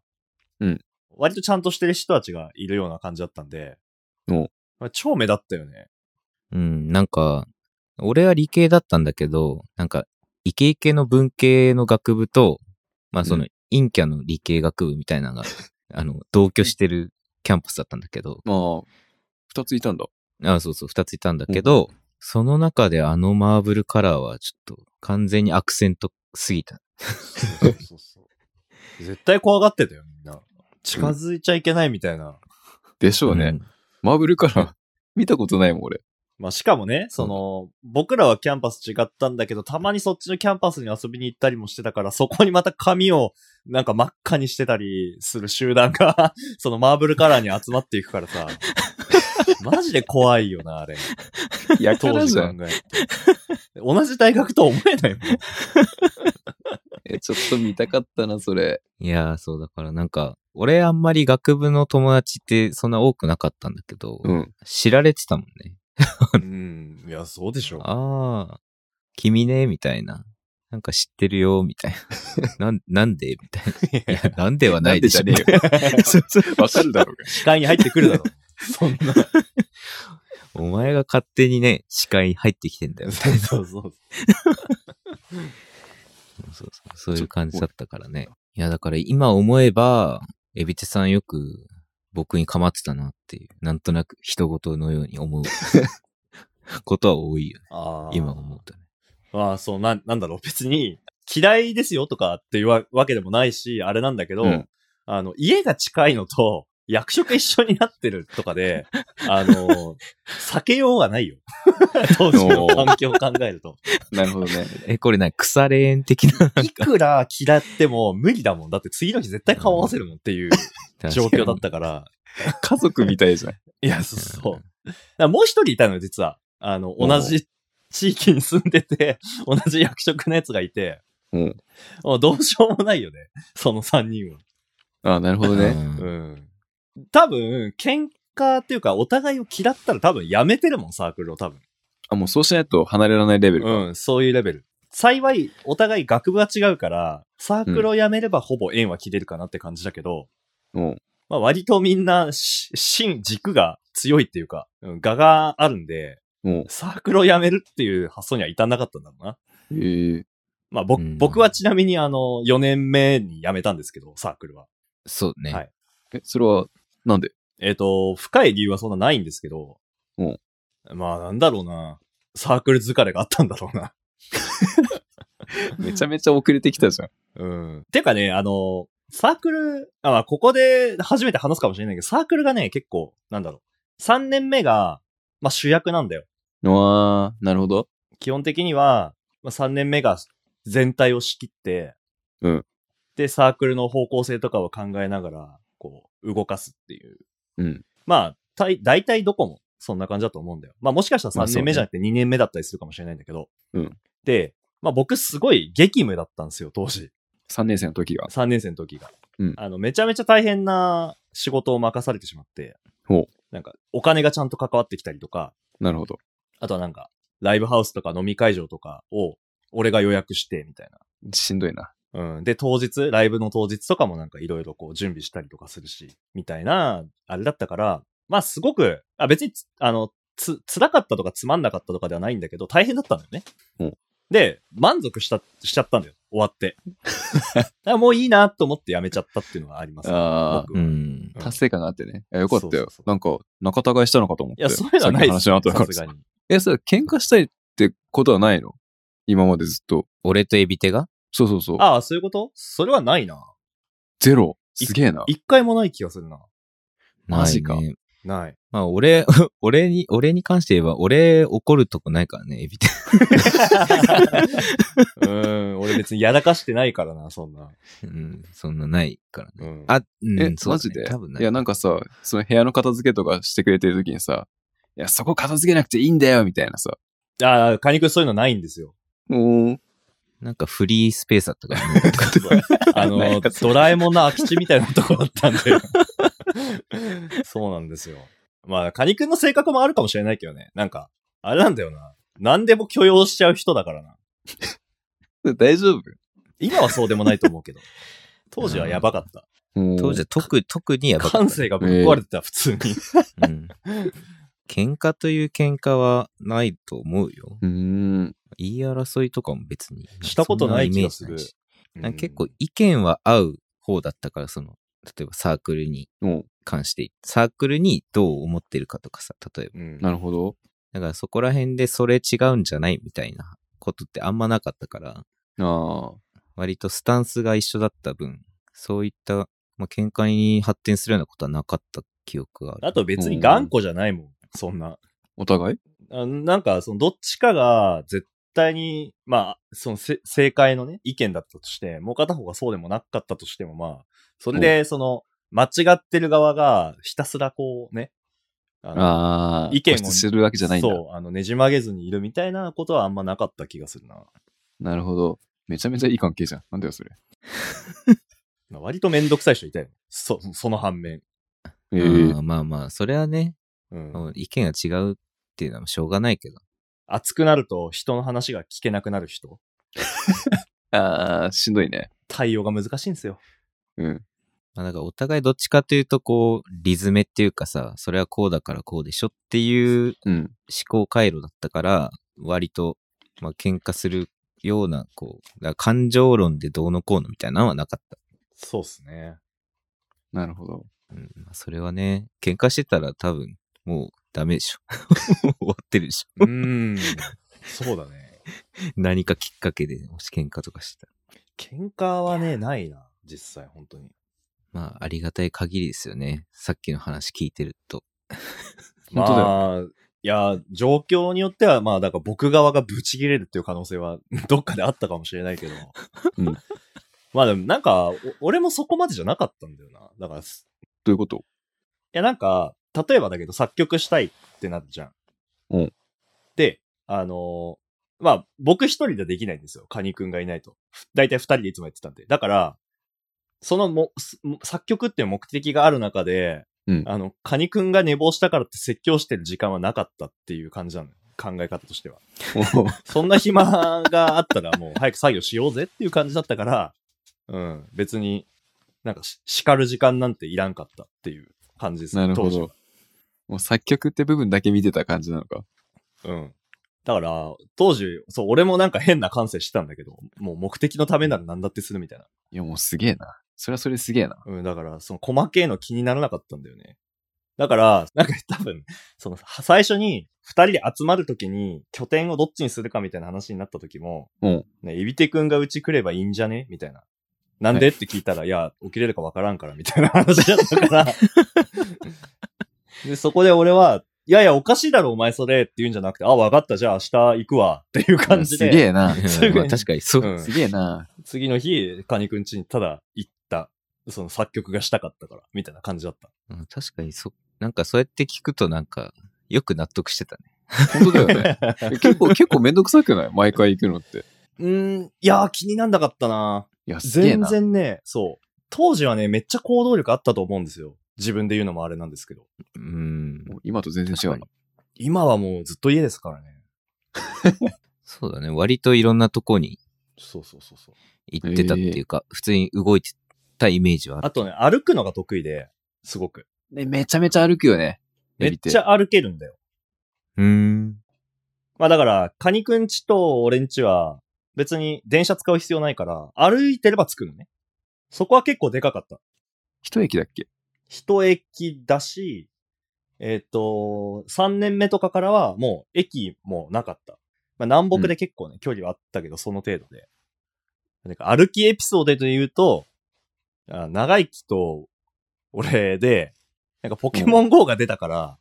Speaker 2: うん
Speaker 3: 割とちゃんとしてる人たちがいるような感じだったんで、
Speaker 2: お
Speaker 3: まあ、超目立ったよね。
Speaker 1: うん、なんか、俺は理系だったんだけど、なんか、イケイケの文系の学部と、まあその、陰キャの理系学部みたいなのが、あの、同居してるキャンパスだったんだけど、
Speaker 2: た。まあ、二ついたんだ。
Speaker 1: あそうそう、二ついたんだけど、その中であのマーブルカラーはちょっと完全にアクセントすぎた。
Speaker 3: そうそうそう。絶対怖がってたよ、みんな。近づいちゃいけないみたいな。
Speaker 2: でしょうね。
Speaker 1: ん
Speaker 2: マーブルカラー、 見たことないもん、俺。
Speaker 3: まあ、しかもね、その、僕らはキャンパス違ったんだけど、たまにそっちのキャンパスに遊びに行ったりもしてたから、そこにまた髪をなんか真っ赤にしてたりする集団が、 そのマーブルカラーに集まっていくから さ、マジで怖いよな、あれ。
Speaker 2: やか
Speaker 3: 当
Speaker 2: ら
Speaker 3: 時
Speaker 2: じ
Speaker 3: 考
Speaker 2: ゃん。
Speaker 3: えて。同じ大学とは思えないもん。
Speaker 2: え、ちょっと見たかったな、それ。
Speaker 1: いやー、そうだからなんか、俺あんまり学部の友達ってそんな多くなかったんだけど、
Speaker 2: うん。
Speaker 1: 知られてたもんね。
Speaker 3: うん。いや、そうでしょ。
Speaker 1: ああ、君ね、みたいな。なんか知ってるよ、みたいな。 なんなんでみたいな。いや、なんではないでしょ。
Speaker 2: なんでじゃ ねえよそうそうわかるだろうが。
Speaker 3: 視界に入ってくるだろ。そんな。
Speaker 1: お前が勝手にね、視界に入ってきてんだよ。
Speaker 3: そうそうそう。
Speaker 1: そうそうそういう感じだったからね。いや、だから今思えば、エビテさんよく僕に構ってたなっていう、なんとなく人事のように 思うことは多いよね。
Speaker 3: あー
Speaker 1: 今思うとね。
Speaker 3: まあ、そう、なん、なんだろう、別に、嫌いですよとかっていうわわけでもないし、あれなんだけど、
Speaker 2: うん
Speaker 3: あの、家が近いのと、役職一緒になってるとかで、あの、避けようがないよ。当時の環境を考えると。
Speaker 2: なるほどね。
Speaker 1: え、これな、腐れ縁的な
Speaker 3: いくら嫌っても無理だもん。だって次の日絶対顔合わせるもんっていう 状況だったから。
Speaker 2: 家族みたいじゃん。
Speaker 3: いや、そうそう。だからもう一人いたのよ、実は。あの、
Speaker 2: おう
Speaker 3: 同じ地域に住んでて、同じ役職のやつがいて、
Speaker 2: うん
Speaker 3: もうどうしようもないよね、その三人は。
Speaker 2: あなるほど
Speaker 1: ね
Speaker 2: ね。。
Speaker 1: うん
Speaker 3: ん。多分、喧嘩っていうか、お互いを嫌ったら多分やめてるもん、サークルを多分。
Speaker 2: あ、もうそうしないと離れられないレベル。
Speaker 3: うん、そういうレベル。幸い、お互い学部は違うから、サークルを辞めればほぼ縁は切れるかなって感じだけど、
Speaker 2: うん。
Speaker 3: まあ割とみんな、し芯、軸が強いっていうか、うん我があるんで、
Speaker 2: も
Speaker 3: サークルを辞めるっていう発想には至んなかったんだろうな。
Speaker 2: う、ええ
Speaker 3: まあ僕、
Speaker 1: うん
Speaker 3: 僕はちなみにあの、4年目に辞めたんですけど、サークルは。
Speaker 1: そうね。
Speaker 3: はい
Speaker 2: え、それは、なんで
Speaker 3: えっ、と、深い理由はそんなないんですけど、
Speaker 2: うん
Speaker 3: まあなんだろうな。サークル疲れがあったんだろうな。
Speaker 2: めちゃめちゃ遅れてきた じゃん。
Speaker 3: うん。てかね、あの、サークル、あ、まあここで初めて話すかもしれないけど、サークルがね、結構、なんだろう。3年目が、まあ主役なんだよ。
Speaker 2: ああ、なるほど。
Speaker 3: 基本的には、まあ、3年目が全体を仕切って、
Speaker 2: うん
Speaker 3: で、サークルの方向性とかを考えながら、こう、動かすっていう。
Speaker 2: うん。
Speaker 3: まあ、たい大体どこもそんな感じだと思うんだよ。まあもしかした
Speaker 2: ま
Speaker 3: ら
Speaker 2: あ
Speaker 3: 3
Speaker 2: そうね
Speaker 3: 年目じゃなくて2年目だったりするかもしれないんだけど。
Speaker 2: うん
Speaker 3: で、まあ僕すごい激務だったんですよ、当時。
Speaker 2: 3年生の時が。
Speaker 3: 3年生の時が。
Speaker 2: うん
Speaker 3: あの、めちゃめちゃ大変な仕事を任されてしまって。
Speaker 2: ほう
Speaker 3: なんか、お金がちゃんと関わってきたりとか、
Speaker 2: なるほど。
Speaker 3: あとはなんか、ライブハウスとか飲み会場とかを、俺が予約して、みたいな。
Speaker 2: しんどいな。
Speaker 3: うん。で、当日、ライブの当日とかもなんかいろいろこう準備したりとかするし、みたいな、あれだったから、まあすごく、あ、別につ、あの、つ、辛かったとかつまんなかったとかではないんだけど、大変だったんだよね。
Speaker 2: うん
Speaker 3: で、満足した、しちゃったんだよ。終 わって。だからもういいなと思ってやめちゃったっていうのはあります、
Speaker 2: あ
Speaker 1: う
Speaker 3: 僕は
Speaker 1: ん。
Speaker 2: 達成感があってね。いやよかったよ。
Speaker 3: そうそうそう
Speaker 2: なんか、仲違いしたのかと思って。
Speaker 3: いや、そういうのはないです
Speaker 2: さっきの話の後だか
Speaker 3: さ
Speaker 2: ら
Speaker 3: す
Speaker 2: さ
Speaker 3: が。に。
Speaker 2: え、それ、喧嘩したいってことはないの今までずっと。
Speaker 1: 俺とエビテが
Speaker 2: そうそうそう。
Speaker 3: ああ、そういうことそれはないな。
Speaker 2: ゼロ。すげえな。
Speaker 3: 一回もない気がするな。
Speaker 2: マジか
Speaker 1: ないね
Speaker 3: ない。
Speaker 1: まあ、俺、 俺に、俺に関して言えば、俺怒るとこないからね、エビテ。
Speaker 3: うん、俺別にやらかしてないからな、そんな。
Speaker 1: うん、そんなないからね。
Speaker 3: うん、
Speaker 1: あ、うん、
Speaker 2: え、
Speaker 1: そう
Speaker 2: マ
Speaker 1: だ
Speaker 2: ジ
Speaker 1: ね
Speaker 2: で
Speaker 1: 多分ない
Speaker 2: いや、なんかさ、その部屋の片付けとかしてくれてる時にさ、いや、そこ片付けなくていいんだよ、みたいなさ。
Speaker 3: ああ、カニ君そういうのないんで すよ。
Speaker 2: お
Speaker 1: なんかフリースペースだったからね。
Speaker 3: あの、ドラえもんの空き地みたいなとこだ ったんで。そうなんですよ。まあ、カニ君の性格もあるかもしれないけどね。なんか、あれなんだよな。何でも許容しちゃう人だからな。
Speaker 2: 大丈夫
Speaker 3: 今はそうでもないと思うけど。 当時はやばかった。
Speaker 1: 当時は特、特にやばかった
Speaker 3: 感性がぶっ壊れてた、普通に。
Speaker 1: うん喧嘩という喧嘩はないと思うよ。
Speaker 2: うーん。
Speaker 1: 言い争いとかも別に。
Speaker 3: したことない気がする
Speaker 1: そんなイメージないし
Speaker 3: うん
Speaker 1: なんか結構、意見は合う方だったから、その、例えばサークルに
Speaker 2: お
Speaker 1: 関して、サークルにどう思ってるかとかさ、例えば。
Speaker 3: うん
Speaker 2: なるほど。
Speaker 1: だからそこら辺でそれ違うんじゃないみたいなことってあんまなかったから、
Speaker 2: あ
Speaker 1: 割とスタンスが一緒だった分、そういった、まあ、喧嘩に発展するようなことはなかった記憶がある。
Speaker 3: あと別に頑固じゃないもん、そんな。
Speaker 2: ーお互い
Speaker 3: あなんか、その、どっちかが絶対に、まあ、そのせ、正解のね、意見だったとして、もう片方がそうでもなかったとしても、まあ、それで、その、間違ってる側が、ひたすらこうね、あの
Speaker 2: ああ。
Speaker 3: 意見を
Speaker 2: 固執するわけじゃないんだ。
Speaker 3: そう、あの、ねじ曲げずにいるみたいなことはあんまなかった気がするな。
Speaker 2: なるほど。めちゃめちゃいい関係じゃん。なんだよ、それ。
Speaker 3: まあ割とめんどくさい人いたよね。そ、その反面。
Speaker 1: あ
Speaker 2: え
Speaker 1: ーまあまあ、それはね、
Speaker 3: うん。
Speaker 1: もう意見が違うっていうのはしょうがないけど。
Speaker 3: 熱くなると、人の話が聞けなくなる人。
Speaker 2: ああ、しんどいね。
Speaker 3: 対応が難しいんですよ。
Speaker 2: うん。
Speaker 1: まあ、だからお互いどっちかというと、こう、理詰めっていうかさ、それはこうだからこうでしょっていう
Speaker 2: うん。
Speaker 1: 思考回路だったから、割と、まあ、喧嘩するような、こう、だから感情論でどうのこうのみたいなのはなかった。
Speaker 3: そうっすね。
Speaker 2: なるほど。
Speaker 1: うん、まあそれはね、喧嘩してたら多分、もうダメでしょ。 もう終わってるでし
Speaker 3: うーん。そうだね。
Speaker 1: ょ。何かきっかけで、もし喧嘩とかしてたら。
Speaker 3: 喧嘩はね、ないな。実際、本当に。
Speaker 1: まあ、ありがたい限りですよね。さっきの話聞いてる と。
Speaker 2: 本当だよ
Speaker 3: まあ、いや、状況によっては、まあ、だから僕側がブチ切れるっていう可能性は、 どっかであったかもしれないけど。
Speaker 2: うん
Speaker 3: まあでも、なんか、お俺もそこまでじゃなかったんだよな。だから、す
Speaker 2: どういう こと
Speaker 3: いや、なんか、例えばだけど、作曲したいってなるじゃん。
Speaker 2: うん
Speaker 3: で、あのーまあ、僕一人ではできないんですよ。カニ君がいないと。ふ大体二人でいつもやってたんで。だから、そのも、すも作曲っていう目的がある中で、
Speaker 2: うん
Speaker 3: あの、カニ君が寝坊したからって説教してる時間はなかったっていう感じなのよ。考え方としては。
Speaker 2: おー
Speaker 3: そんな暇があ ったらもう早く作業しようぜっていう感じだったから、うん、別になんかし叱る時間なんていらんかったっていう感じですね。
Speaker 2: なるほ
Speaker 3: 当時は
Speaker 2: ど。もう作曲って部分だけ見てた感じなのか。
Speaker 3: うん。だから、当時、そう、俺もなんか変な感性してたんだけど、もう目的のためなら何だってするみたいな。
Speaker 2: いや、もうすげえな。それはそれすげえな。
Speaker 3: うん、だから、その細けえの気にならなかったんだよね。だから、 なんか多分、その、最初に二人で集まるときに拠点をどっちにするかみたいな話になった時も、
Speaker 2: うん。
Speaker 3: ね、エビテ君がうち来ればいいんじゃねみたいな。なんで、って聞いた ら、いや、起きれるかわからんから、みたいな話だったから。 で、そこで俺は、いやいや、おかしいだろ、お前それって言うんじゃなくて、あ、わかった、じゃあ明日行くわ、っていう感じ
Speaker 2: いやすげ
Speaker 3: で、
Speaker 2: えな。
Speaker 3: すぐに
Speaker 1: まあ確かにそう。
Speaker 3: うん
Speaker 2: すげえな。
Speaker 3: 次の日、カニくん家にただ行った、その作曲がしたかったから、みたいな感じだった。
Speaker 1: うん確かにそ、なんかそうやって聞くとなんか、よく納得してたね。
Speaker 2: 本当だよ ね。 え結構、結構めんどくさくない毎回行くのって。いう
Speaker 3: ーん、いやー気になんなかったな
Speaker 2: や、すげえ
Speaker 3: 全
Speaker 2: な。
Speaker 3: 然ね、そう。当時はね、めっちゃ行動力あったと思うんですよ。自分で言うのもあれなんですけど。
Speaker 1: うん。
Speaker 2: もう今と全然違うな。
Speaker 3: 今はもうずっと家ですからね。
Speaker 1: そうだね。割といろんなとこに
Speaker 3: そうそうそうそう。
Speaker 1: 行ってたっていうか、普通に動いてたイメージはある。
Speaker 3: あとね、歩くのが得意で、すごく。
Speaker 2: ねめちゃめちゃ歩くよね。
Speaker 3: めっち
Speaker 2: ゃ。
Speaker 3: ゃ歩けるんだよ。
Speaker 1: うーん。
Speaker 3: まあだから、カニくんちと俺んちは、別に電車使う必要ないから、歩いてれば着くのね。そこは結構でかかった。
Speaker 2: 一駅だっけ
Speaker 3: 一駅だし、えっ、と、3年目とかからはもう駅もなかった。まあ南北で結構ね、距離はあったけど、その程度で。なんか歩きエピソードで言うと、あ長生きと俺で、なんかポケモン GO が出たから、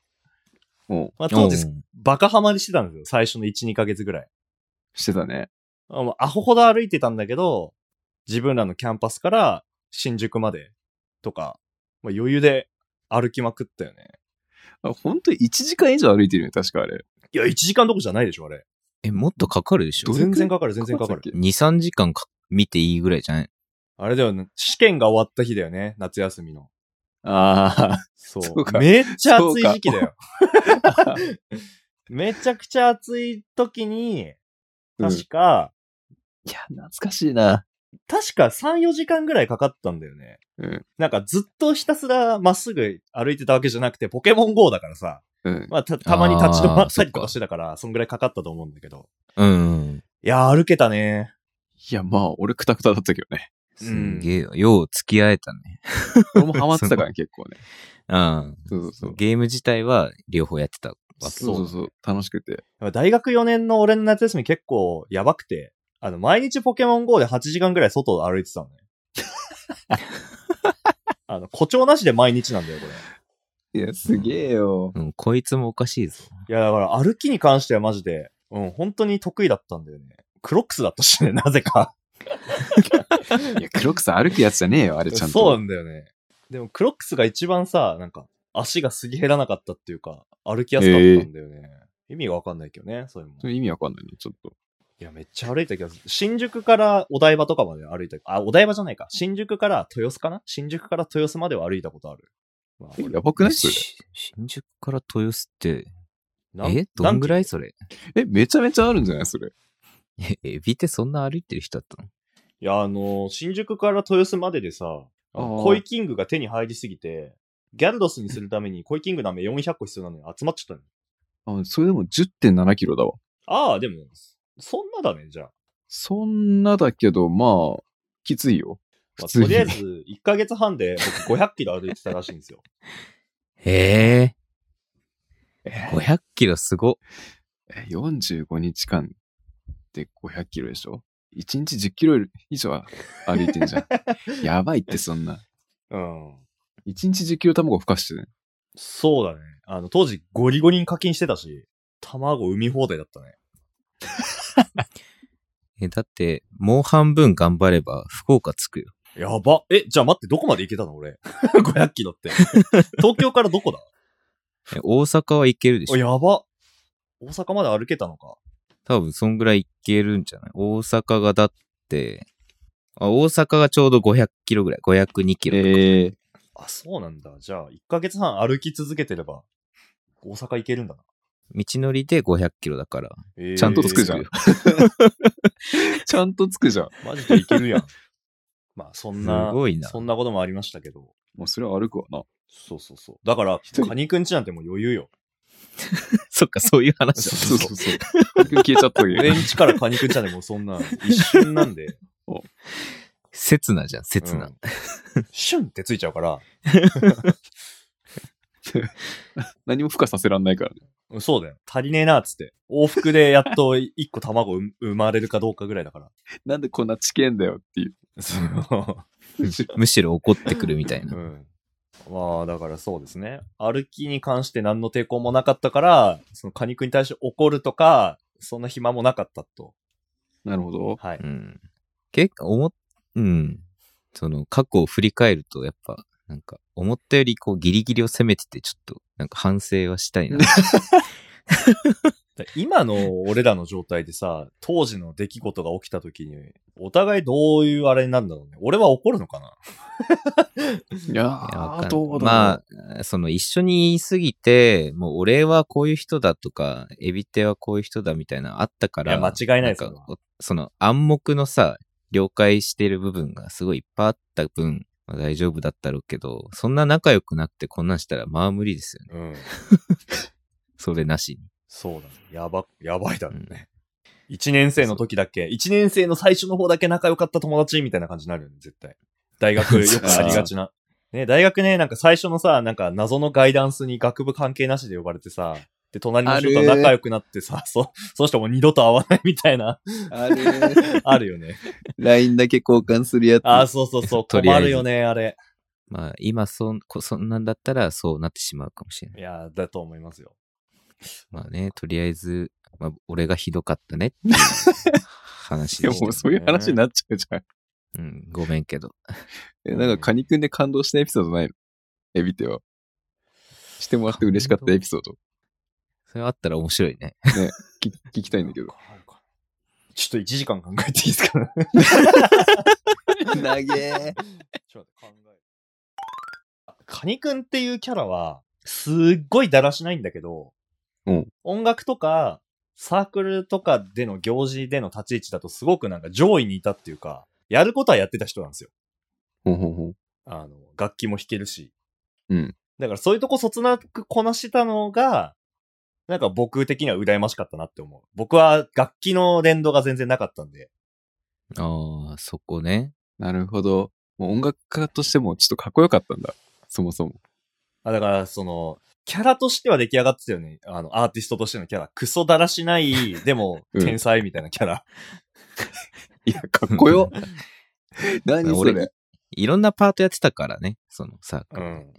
Speaker 2: も
Speaker 3: まあ当時
Speaker 1: う、ん
Speaker 3: バカハマりしてたんですよ。最初の1、2ヶ月ぐらい。
Speaker 2: う、してたね。
Speaker 3: あもうアホほど歩いてたんだけど、自分らのキャンパスから新宿までとか、まあ、余裕で歩きまくったよね。
Speaker 2: あ、本当に1時間以上歩いてるよね、確かあれ。
Speaker 3: いや、1時間どころじゃないでしょ、あれ。
Speaker 1: え、もっとかかるでしょ
Speaker 2: どれくらい
Speaker 3: 全然かかる、全然かかる。
Speaker 2: る。
Speaker 1: ?2、3時間か見ていいぐらいじゃない
Speaker 3: あれだよね。試験が終わった日だよね、夏休みの。
Speaker 2: あ
Speaker 3: そ
Speaker 2: そう
Speaker 3: う。
Speaker 2: か
Speaker 3: めっちゃ暑い時期だよ。
Speaker 2: あ。
Speaker 3: めちゃくちゃ暑い時に、
Speaker 2: うん
Speaker 3: 確か、
Speaker 2: いや、懐かしいな。
Speaker 3: 確か3、4時間ぐらいかかったんだよね。
Speaker 2: うん。
Speaker 3: なんかずっとひたすらまっすぐ歩いてたわけじゃなくて、ポケモン GO だからさ、
Speaker 2: うん。
Speaker 3: まあた、たまに立ち止ま
Speaker 1: あ
Speaker 3: ったりと
Speaker 1: ーそっか
Speaker 3: かしてたから、そんぐらいかかったと思うんだけど。
Speaker 1: うんうん。
Speaker 3: いやー、歩けたね。
Speaker 2: いや、まあ、俺クタクタだったけどね。
Speaker 1: すんげえよ。よう付き合えたね。
Speaker 2: 俺もハマってたから ね、結構ね。
Speaker 1: うん。
Speaker 2: そうそうそう。
Speaker 1: ゲーム自体は両方やってたわけだ。
Speaker 2: そうそうそう。楽しくて。
Speaker 3: やっぱ大学4年の俺の夏休み結構やばくて、あの、毎日ポケモン GO で8時間ぐらい外を歩いてた のね。あの、誇張なしで毎日なんだよ、これ。
Speaker 2: いや、すげえよ。
Speaker 1: うん、こいつもおかしいぞ。
Speaker 3: いや、だから歩きに関してはマジで、うん、本当に得意だったんだよね。クロックスだっ たしね、なぜか。
Speaker 2: いや、クロックス歩くやつじゃねえよ、あれちゃんと。
Speaker 3: そうなんだよね。でも、クロックスが一番さ、なんか、足がすり減らなかったっていうか、歩きやすかったんだよね。意味がわかんないけどね、それも。
Speaker 2: それ意味わかんないね、ちょっと。
Speaker 3: いや、めっちゃ歩いた気がする。新宿からお台場とかまで歩いた。あ、お台場じゃないか。新宿から豊洲かな新宿から豊洲までは歩いたことある。まあ、
Speaker 2: えやばくないそれ。
Speaker 1: し新宿から豊洲って、
Speaker 3: なん
Speaker 1: えどんぐら
Speaker 3: なん
Speaker 1: い
Speaker 3: て
Speaker 1: それ
Speaker 2: え、めちゃめちゃあるんじゃないそれ。
Speaker 1: え、エビってそんな歩いてる人だったの
Speaker 3: いや、あのー新宿から豊洲まででさ、あ
Speaker 2: あ
Speaker 3: の
Speaker 2: ー
Speaker 3: コイキングが手に入りすぎて、ギャルドスにするためにコイキングの飴400個必要なのに集まっちゃったの。
Speaker 2: あ、それでも10.7キロだわ。
Speaker 3: ああ、でも、そんなだね、じゃあ。
Speaker 2: そんなだけど、まあ、きついよ。普
Speaker 3: まあ
Speaker 2: 通
Speaker 3: と
Speaker 2: に。
Speaker 3: りあえず、1ヶ月半で僕500キロ歩いてたらしいんですよ。
Speaker 1: へ
Speaker 2: え
Speaker 1: え、500キロすごっ。
Speaker 2: え45日間で500キロでしょ ?1 日10キロ以上は歩いてんじゃ ん。やばいって、そんな。
Speaker 3: うん。
Speaker 2: 1日10キロ卵ふかしてね。
Speaker 3: そうだね。あの、当時ゴリゴリに課金してたし、卵産み放題だったね。
Speaker 1: え、だって、もう半分頑張れば福岡着くよ。
Speaker 3: やば。え、じゃあ待って、どこまで行けたの 俺。500キロ って。東京からどこだ
Speaker 1: え大阪は行けるでし
Speaker 3: お
Speaker 1: ょ
Speaker 3: やば。大阪まで歩けたのか。
Speaker 1: 多分そんぐらい行けるんじゃない大阪がだって、あ、大阪がちょうど500キロぐらい。502キロとか。
Speaker 2: ええ
Speaker 3: あ、そうなんだ。じゃあ、1ヶ月半歩き続けてれば、大阪行けるんだな。
Speaker 1: 道のりで500キロだから、
Speaker 3: えー
Speaker 1: ちゃんと
Speaker 2: つ
Speaker 1: 作
Speaker 2: くじゃん
Speaker 1: るよ。
Speaker 2: ちゃんとつくじゃん。
Speaker 3: マジでいけ るやん。まあ、そんな、
Speaker 1: すごいな
Speaker 3: そんなこともありましたけど。
Speaker 2: もうそれは歩くわな。
Speaker 3: そうそうそう。だから、
Speaker 2: 人
Speaker 3: カニくんちなんてもう余裕よ。
Speaker 1: そっか、そういう話だ。
Speaker 2: そうそうそう。消えちゃったけ ど
Speaker 3: 俺んちからカニくんちなんてもうそんな、一瞬なん で。
Speaker 1: 刹那じゃん、刹那。
Speaker 3: うんシュンってついちゃうから、
Speaker 2: 何も付加させらんないからね。
Speaker 3: うんそうだよ。足りねえな、つって。往復でやっと一個卵う生まれるかどうかぐらいだから。
Speaker 2: なんでこんな知見だよっていう。
Speaker 3: そう。
Speaker 1: むしろ怒ってくるみたいな。。
Speaker 3: ん。まあ、だからそうですね。歩きに関して何の抵抗もなかったから、その果肉に対して怒るとか、そんな暇もなかったと。
Speaker 2: なるほど。
Speaker 3: はいう
Speaker 1: ん。結構、思っ、うん。その、過去を振り返ると、やっぱ、なんか、思ったより、こう、ギリギリを攻めてて、ちょっと、なんか、反省はしたいな。
Speaker 3: だから今の俺らの状態でさ、当時の出来事が起きた時に、お互いどういうあれになるんだろうね。俺は怒るのかない
Speaker 2: や
Speaker 1: いやわかん
Speaker 2: ー、
Speaker 1: ない
Speaker 2: どうだろう。
Speaker 1: まあ、その一緒に言いすぎて、もう俺はこういう人だとか、エビテはこういう人だみたいなのあったから、
Speaker 3: いや間違いないです
Speaker 1: か
Speaker 3: よ
Speaker 1: その暗黙のさ、了解している部分がすごいいっぱいあった分、まあ大丈夫だったろうけど、そんな仲良くなくてこんなんしたら、まあ無理ですよね。
Speaker 3: うん。
Speaker 1: それなしに。
Speaker 3: そうだね。やば、やばいだろうね。一、年生の時だけ、一年生の最初の方だけ仲良かった友達みたいな感じになるよね、絶対。大 学よくありがちな。ね、大学ね、なんか最初のさ、なんか謎のガイダンスに学部関係なしで呼ばれてさ、で、隣の人と
Speaker 2: ある
Speaker 3: 仲良くなってさ、そ、その人もう二度と会わないみたいな、
Speaker 2: あれ、
Speaker 3: あるよね。
Speaker 2: LINE だけ交換するやつ。
Speaker 3: あー、そうそうそう、
Speaker 1: とりあ
Speaker 3: 困
Speaker 1: えず
Speaker 3: るよね、あれ。
Speaker 1: まあ今そん、こそんなんだったらそうなってしまうかもしれない。
Speaker 3: いやー、だと思いますよ。
Speaker 1: まあね、とりあえず、まあ俺がひどかったねっていう話
Speaker 2: いや
Speaker 1: でし
Speaker 2: もう
Speaker 1: た。
Speaker 2: そういう話になっちゃうじゃん。
Speaker 1: うん、ごめんけど。
Speaker 2: え、なんかカニくんで感動したエピソードないのエビテは。してもらって嬉しかったエピソード。
Speaker 1: それあったら面白いね。
Speaker 2: き聞きたいん だけど。
Speaker 3: ちょっと1時間考えていいですか
Speaker 2: な げ
Speaker 3: ちょっと待って考えるあカニくんっていうキャラは、すっごいだらしないんだけど、
Speaker 2: うん
Speaker 3: 音楽とか、サークルとかでの行事での立ち位置だとすごくなんか上位にいたっていうか、やることはやってた人なんですよ。
Speaker 2: ほんほんほん。
Speaker 3: あの、楽器も弾けるし。
Speaker 2: うん。
Speaker 3: だからそういうとこそつなくこなしたのが、なんか僕的には羨ましかったなって思う。僕は楽器の連動が全然なかったんで。
Speaker 1: ああ、そこね。
Speaker 2: なるほど。もう音楽家としてもちょっとかっこよかったんだ。そもそも。
Speaker 3: あ、だから、その、キャラとしては出来上がってたよね。あの、アーティストとしてのキャラ。クソだらしない、でも、
Speaker 2: うん
Speaker 3: 天才みたいなキャラ。
Speaker 2: いや、かっこ よ。何そ
Speaker 1: 俺
Speaker 2: れ。
Speaker 1: いろんなパートやってたからね、そのサークルで。
Speaker 3: うん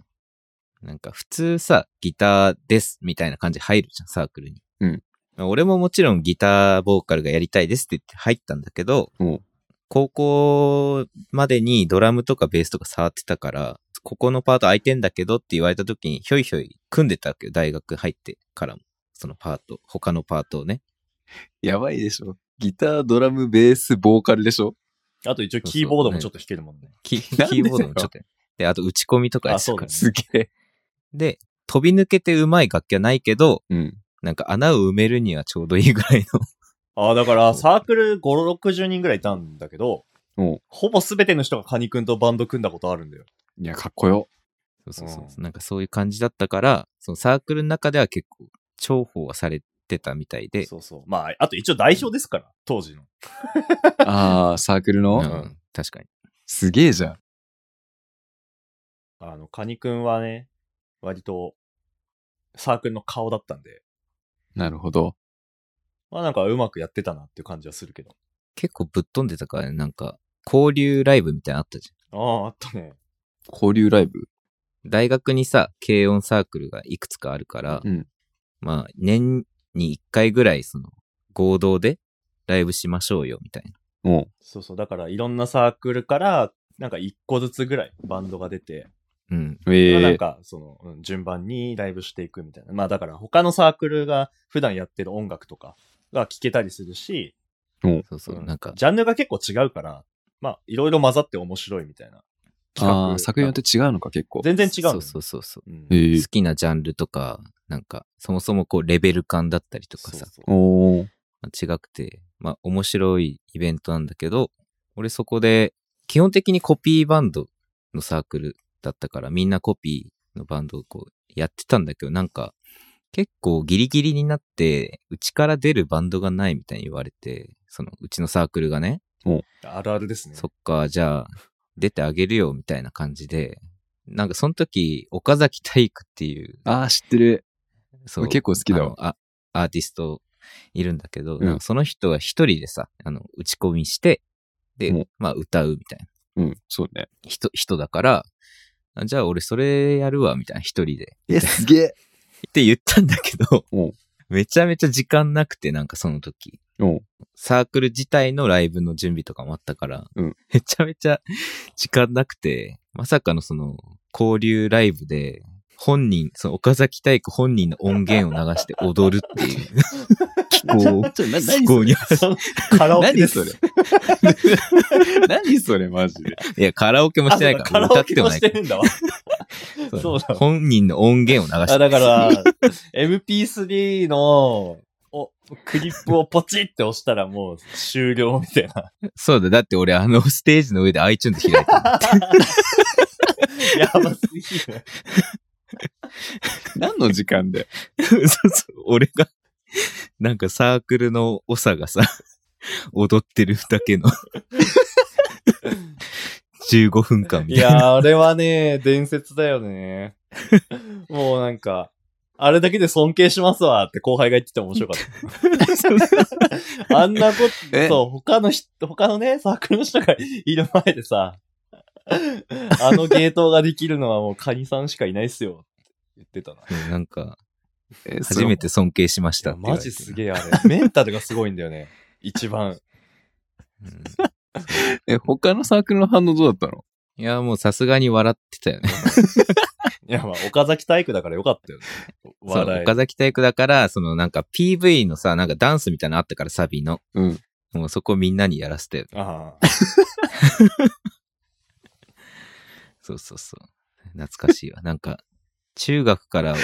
Speaker 1: なんか普通さ、ギターですみたいな感じで入るじゃん、サークルに。
Speaker 2: うん
Speaker 1: 俺ももちろんギターボーカルがやりたいですって言って入ったんだけど、
Speaker 2: うん
Speaker 1: 高校までにドラムとかベースとか触ってたから、ここのパート空いてんだけどって言われた時にひょいひょい組んでたわけど、大学入ってからも。そのパート、他のパートをね。
Speaker 2: やばいでしょ。ギター、ドラム、ベース、ボーカルでしょ。
Speaker 3: あと一応、キーボードもちょっと弾けるもんね。
Speaker 1: キ
Speaker 2: なんでだ
Speaker 1: キ
Speaker 2: よ
Speaker 1: ーボードもちょっと。で、あと打ち込みとかやってたから
Speaker 3: あそうだね
Speaker 2: すげえ。
Speaker 1: で、飛び抜けてうまい楽器はないけど、
Speaker 2: うん。
Speaker 1: なんか穴を埋めるにはちょうどいいぐらいの。
Speaker 3: ああ、だから、サークル5、60人ぐらいいたんだけど
Speaker 2: おう、
Speaker 3: ほぼ全ての人がカニくんとバンド組んだことあるんだよ。
Speaker 2: いや、かっこ よ。
Speaker 1: そうそうそうう。なんかそういう感じだったから、そのサークルの中では結構重宝はされてたみたいで、
Speaker 3: そうそう。まあ、あと一応代表ですから、当時の。
Speaker 2: あー、サークル
Speaker 1: う
Speaker 2: の、
Speaker 1: ん、確かに。
Speaker 2: すげえじゃん。
Speaker 3: あの、カニくんはね、割と、サークルの顔だったんで、
Speaker 2: なるほど。
Speaker 3: まあなんかうまくやってたなっていう感じはするけど。
Speaker 1: 結構ぶっ飛んでたからね、なんか交流ライブみたいなのあったじゃ
Speaker 3: ああ、あったね。
Speaker 2: 交流ライブ。
Speaker 1: ん。大学にさ、軽音サークルがいくつかあるから、
Speaker 2: うん
Speaker 1: まあ年に1回ぐらいその合同でライブしましょうよみたいな。
Speaker 2: も
Speaker 3: そうそう。だから、いろんなサークルから、なんか一個ずつぐらいバンドが出て、
Speaker 1: うん。
Speaker 2: う。
Speaker 3: まあ
Speaker 2: え
Speaker 3: な
Speaker 2: え
Speaker 3: んか、その、うん順番にライブしていくみたいな。まあだから、他のサークルが普段やってる音楽とかが聴けたりするし、
Speaker 1: そうそうう。
Speaker 3: ん
Speaker 1: なんか、
Speaker 3: ジャンルが結構違うから、まあ、いろいろ混ざって面白いみたいな。企画
Speaker 2: ああ、作品によって違うのか、結構。
Speaker 3: 全然違うの
Speaker 1: そ
Speaker 3: よ
Speaker 1: うそうそうそう。
Speaker 3: うん
Speaker 2: えー
Speaker 1: 好きなジャンルとか、なんか、そもそもこう、レベル感だったりとかさ、
Speaker 3: そうそう
Speaker 2: おー。
Speaker 1: まあ違くて、まあ、面白いイベントなんだけど、俺そこで、基本的にコピーバンドのサークルだったから、みんなコピーのバンドをこう、やってたんだけど、なんか、結構ギリギリになって、うちから出るバンドがないみたいに言われて、その、うちのサークルがね、
Speaker 3: あるあるですね。
Speaker 1: そ っか、じゃあ、出てあげるよ、みたいな感じで、なんかその時、岡崎体育っていう、
Speaker 2: ああ、知ってる。
Speaker 1: そう。
Speaker 2: 結構好きだわ
Speaker 1: あのあアーティストいるんだけど、
Speaker 2: うん
Speaker 1: なんかその人が一人でさ、あの、打ち込みして、で、
Speaker 2: うん
Speaker 1: まあ歌うみたいな
Speaker 2: うん、そうね。
Speaker 1: 人、人だから、あじゃあ俺それやるわ、みたいな、一人で。
Speaker 2: え、すげえ。
Speaker 1: って言ったんだけど
Speaker 2: うん、
Speaker 1: めちゃめちゃ時間なくて、なんかその時。
Speaker 2: うん。
Speaker 1: サークル自体のライブの準備とかもあったから、
Speaker 2: うん
Speaker 1: めちゃめちゃ時間なくて、まさかのその交流ライブで、本人、その岡崎体育本人の音源を流して踊るっていう
Speaker 2: 気 候。ちょ、な、
Speaker 1: 不幸に。
Speaker 3: そのカラオケで
Speaker 2: 何
Speaker 3: す
Speaker 2: それ 何それ、マジで。
Speaker 1: いや、カラオケもしてない
Speaker 3: あ
Speaker 1: から、
Speaker 3: そう
Speaker 1: 歌っ
Speaker 3: だカラオケ
Speaker 1: て
Speaker 3: も
Speaker 1: もない
Speaker 3: し
Speaker 1: か
Speaker 3: て
Speaker 1: ら
Speaker 3: るんだわ。そうだ。
Speaker 1: 本人の音源を流し
Speaker 3: あ、
Speaker 1: て、
Speaker 3: だから、MP3 の、お、クリップをポチって押したらもう終了みたいな。
Speaker 1: そうだ、だって俺あのステージの上で iTunes 開いた。
Speaker 3: やばすぎる。
Speaker 2: 何の時間で。
Speaker 1: そうそう、俺が、なんかサークルの長がさ、踊ってるだけの、15分間み
Speaker 3: い
Speaker 1: たいな。
Speaker 3: やー、あれはね、伝説だよね。 もうなんか、あれだけで尊敬しますわって後輩が言ってて面白かった。あんなこ
Speaker 2: え
Speaker 3: と、そう、他の人、他のね、サークルの人がいる前でさ、あのゲートができるのはもうカニさんしかいないっすよって言ってたな。
Speaker 1: うんなんか、
Speaker 2: えー
Speaker 1: 初め。て尊敬しまし
Speaker 3: い
Speaker 1: た
Speaker 3: や
Speaker 1: って言われ
Speaker 3: マ
Speaker 1: て
Speaker 3: ジ
Speaker 1: る
Speaker 3: すげえあれ。メンタルがすごいんだよね。一番。
Speaker 1: うん
Speaker 2: そのえ、他のサークルの反応どうだったの
Speaker 1: いや、もうさすがに笑ってたよね。
Speaker 3: いや、まあ、岡崎体育だからよかったよね。
Speaker 1: そう、
Speaker 3: 笑い。
Speaker 1: 岡崎体育だから、そのなんか PV のさ、なんかダンスみたいなのあったからサビの。
Speaker 2: うん。
Speaker 1: もうそこみんなにやらせて。
Speaker 3: あ
Speaker 1: そうそうそう。懐かしいわ。なんか、中学から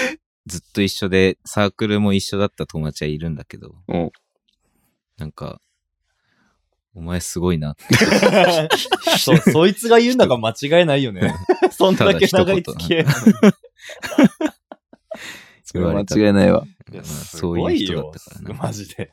Speaker 1: ずっと一緒で、サークルも一緒だった友達はいるんだけど、
Speaker 2: うん
Speaker 1: なんか、お前すごいなって。
Speaker 3: あ そう、そいつが言うんだから間違いないよね。 そんだけ長い付き合い。
Speaker 2: それは間違いないわ。
Speaker 1: まあ
Speaker 3: す
Speaker 1: そう
Speaker 3: ご
Speaker 1: いう
Speaker 3: い
Speaker 1: 人だっ
Speaker 3: よ
Speaker 1: たから。な。
Speaker 3: マジで。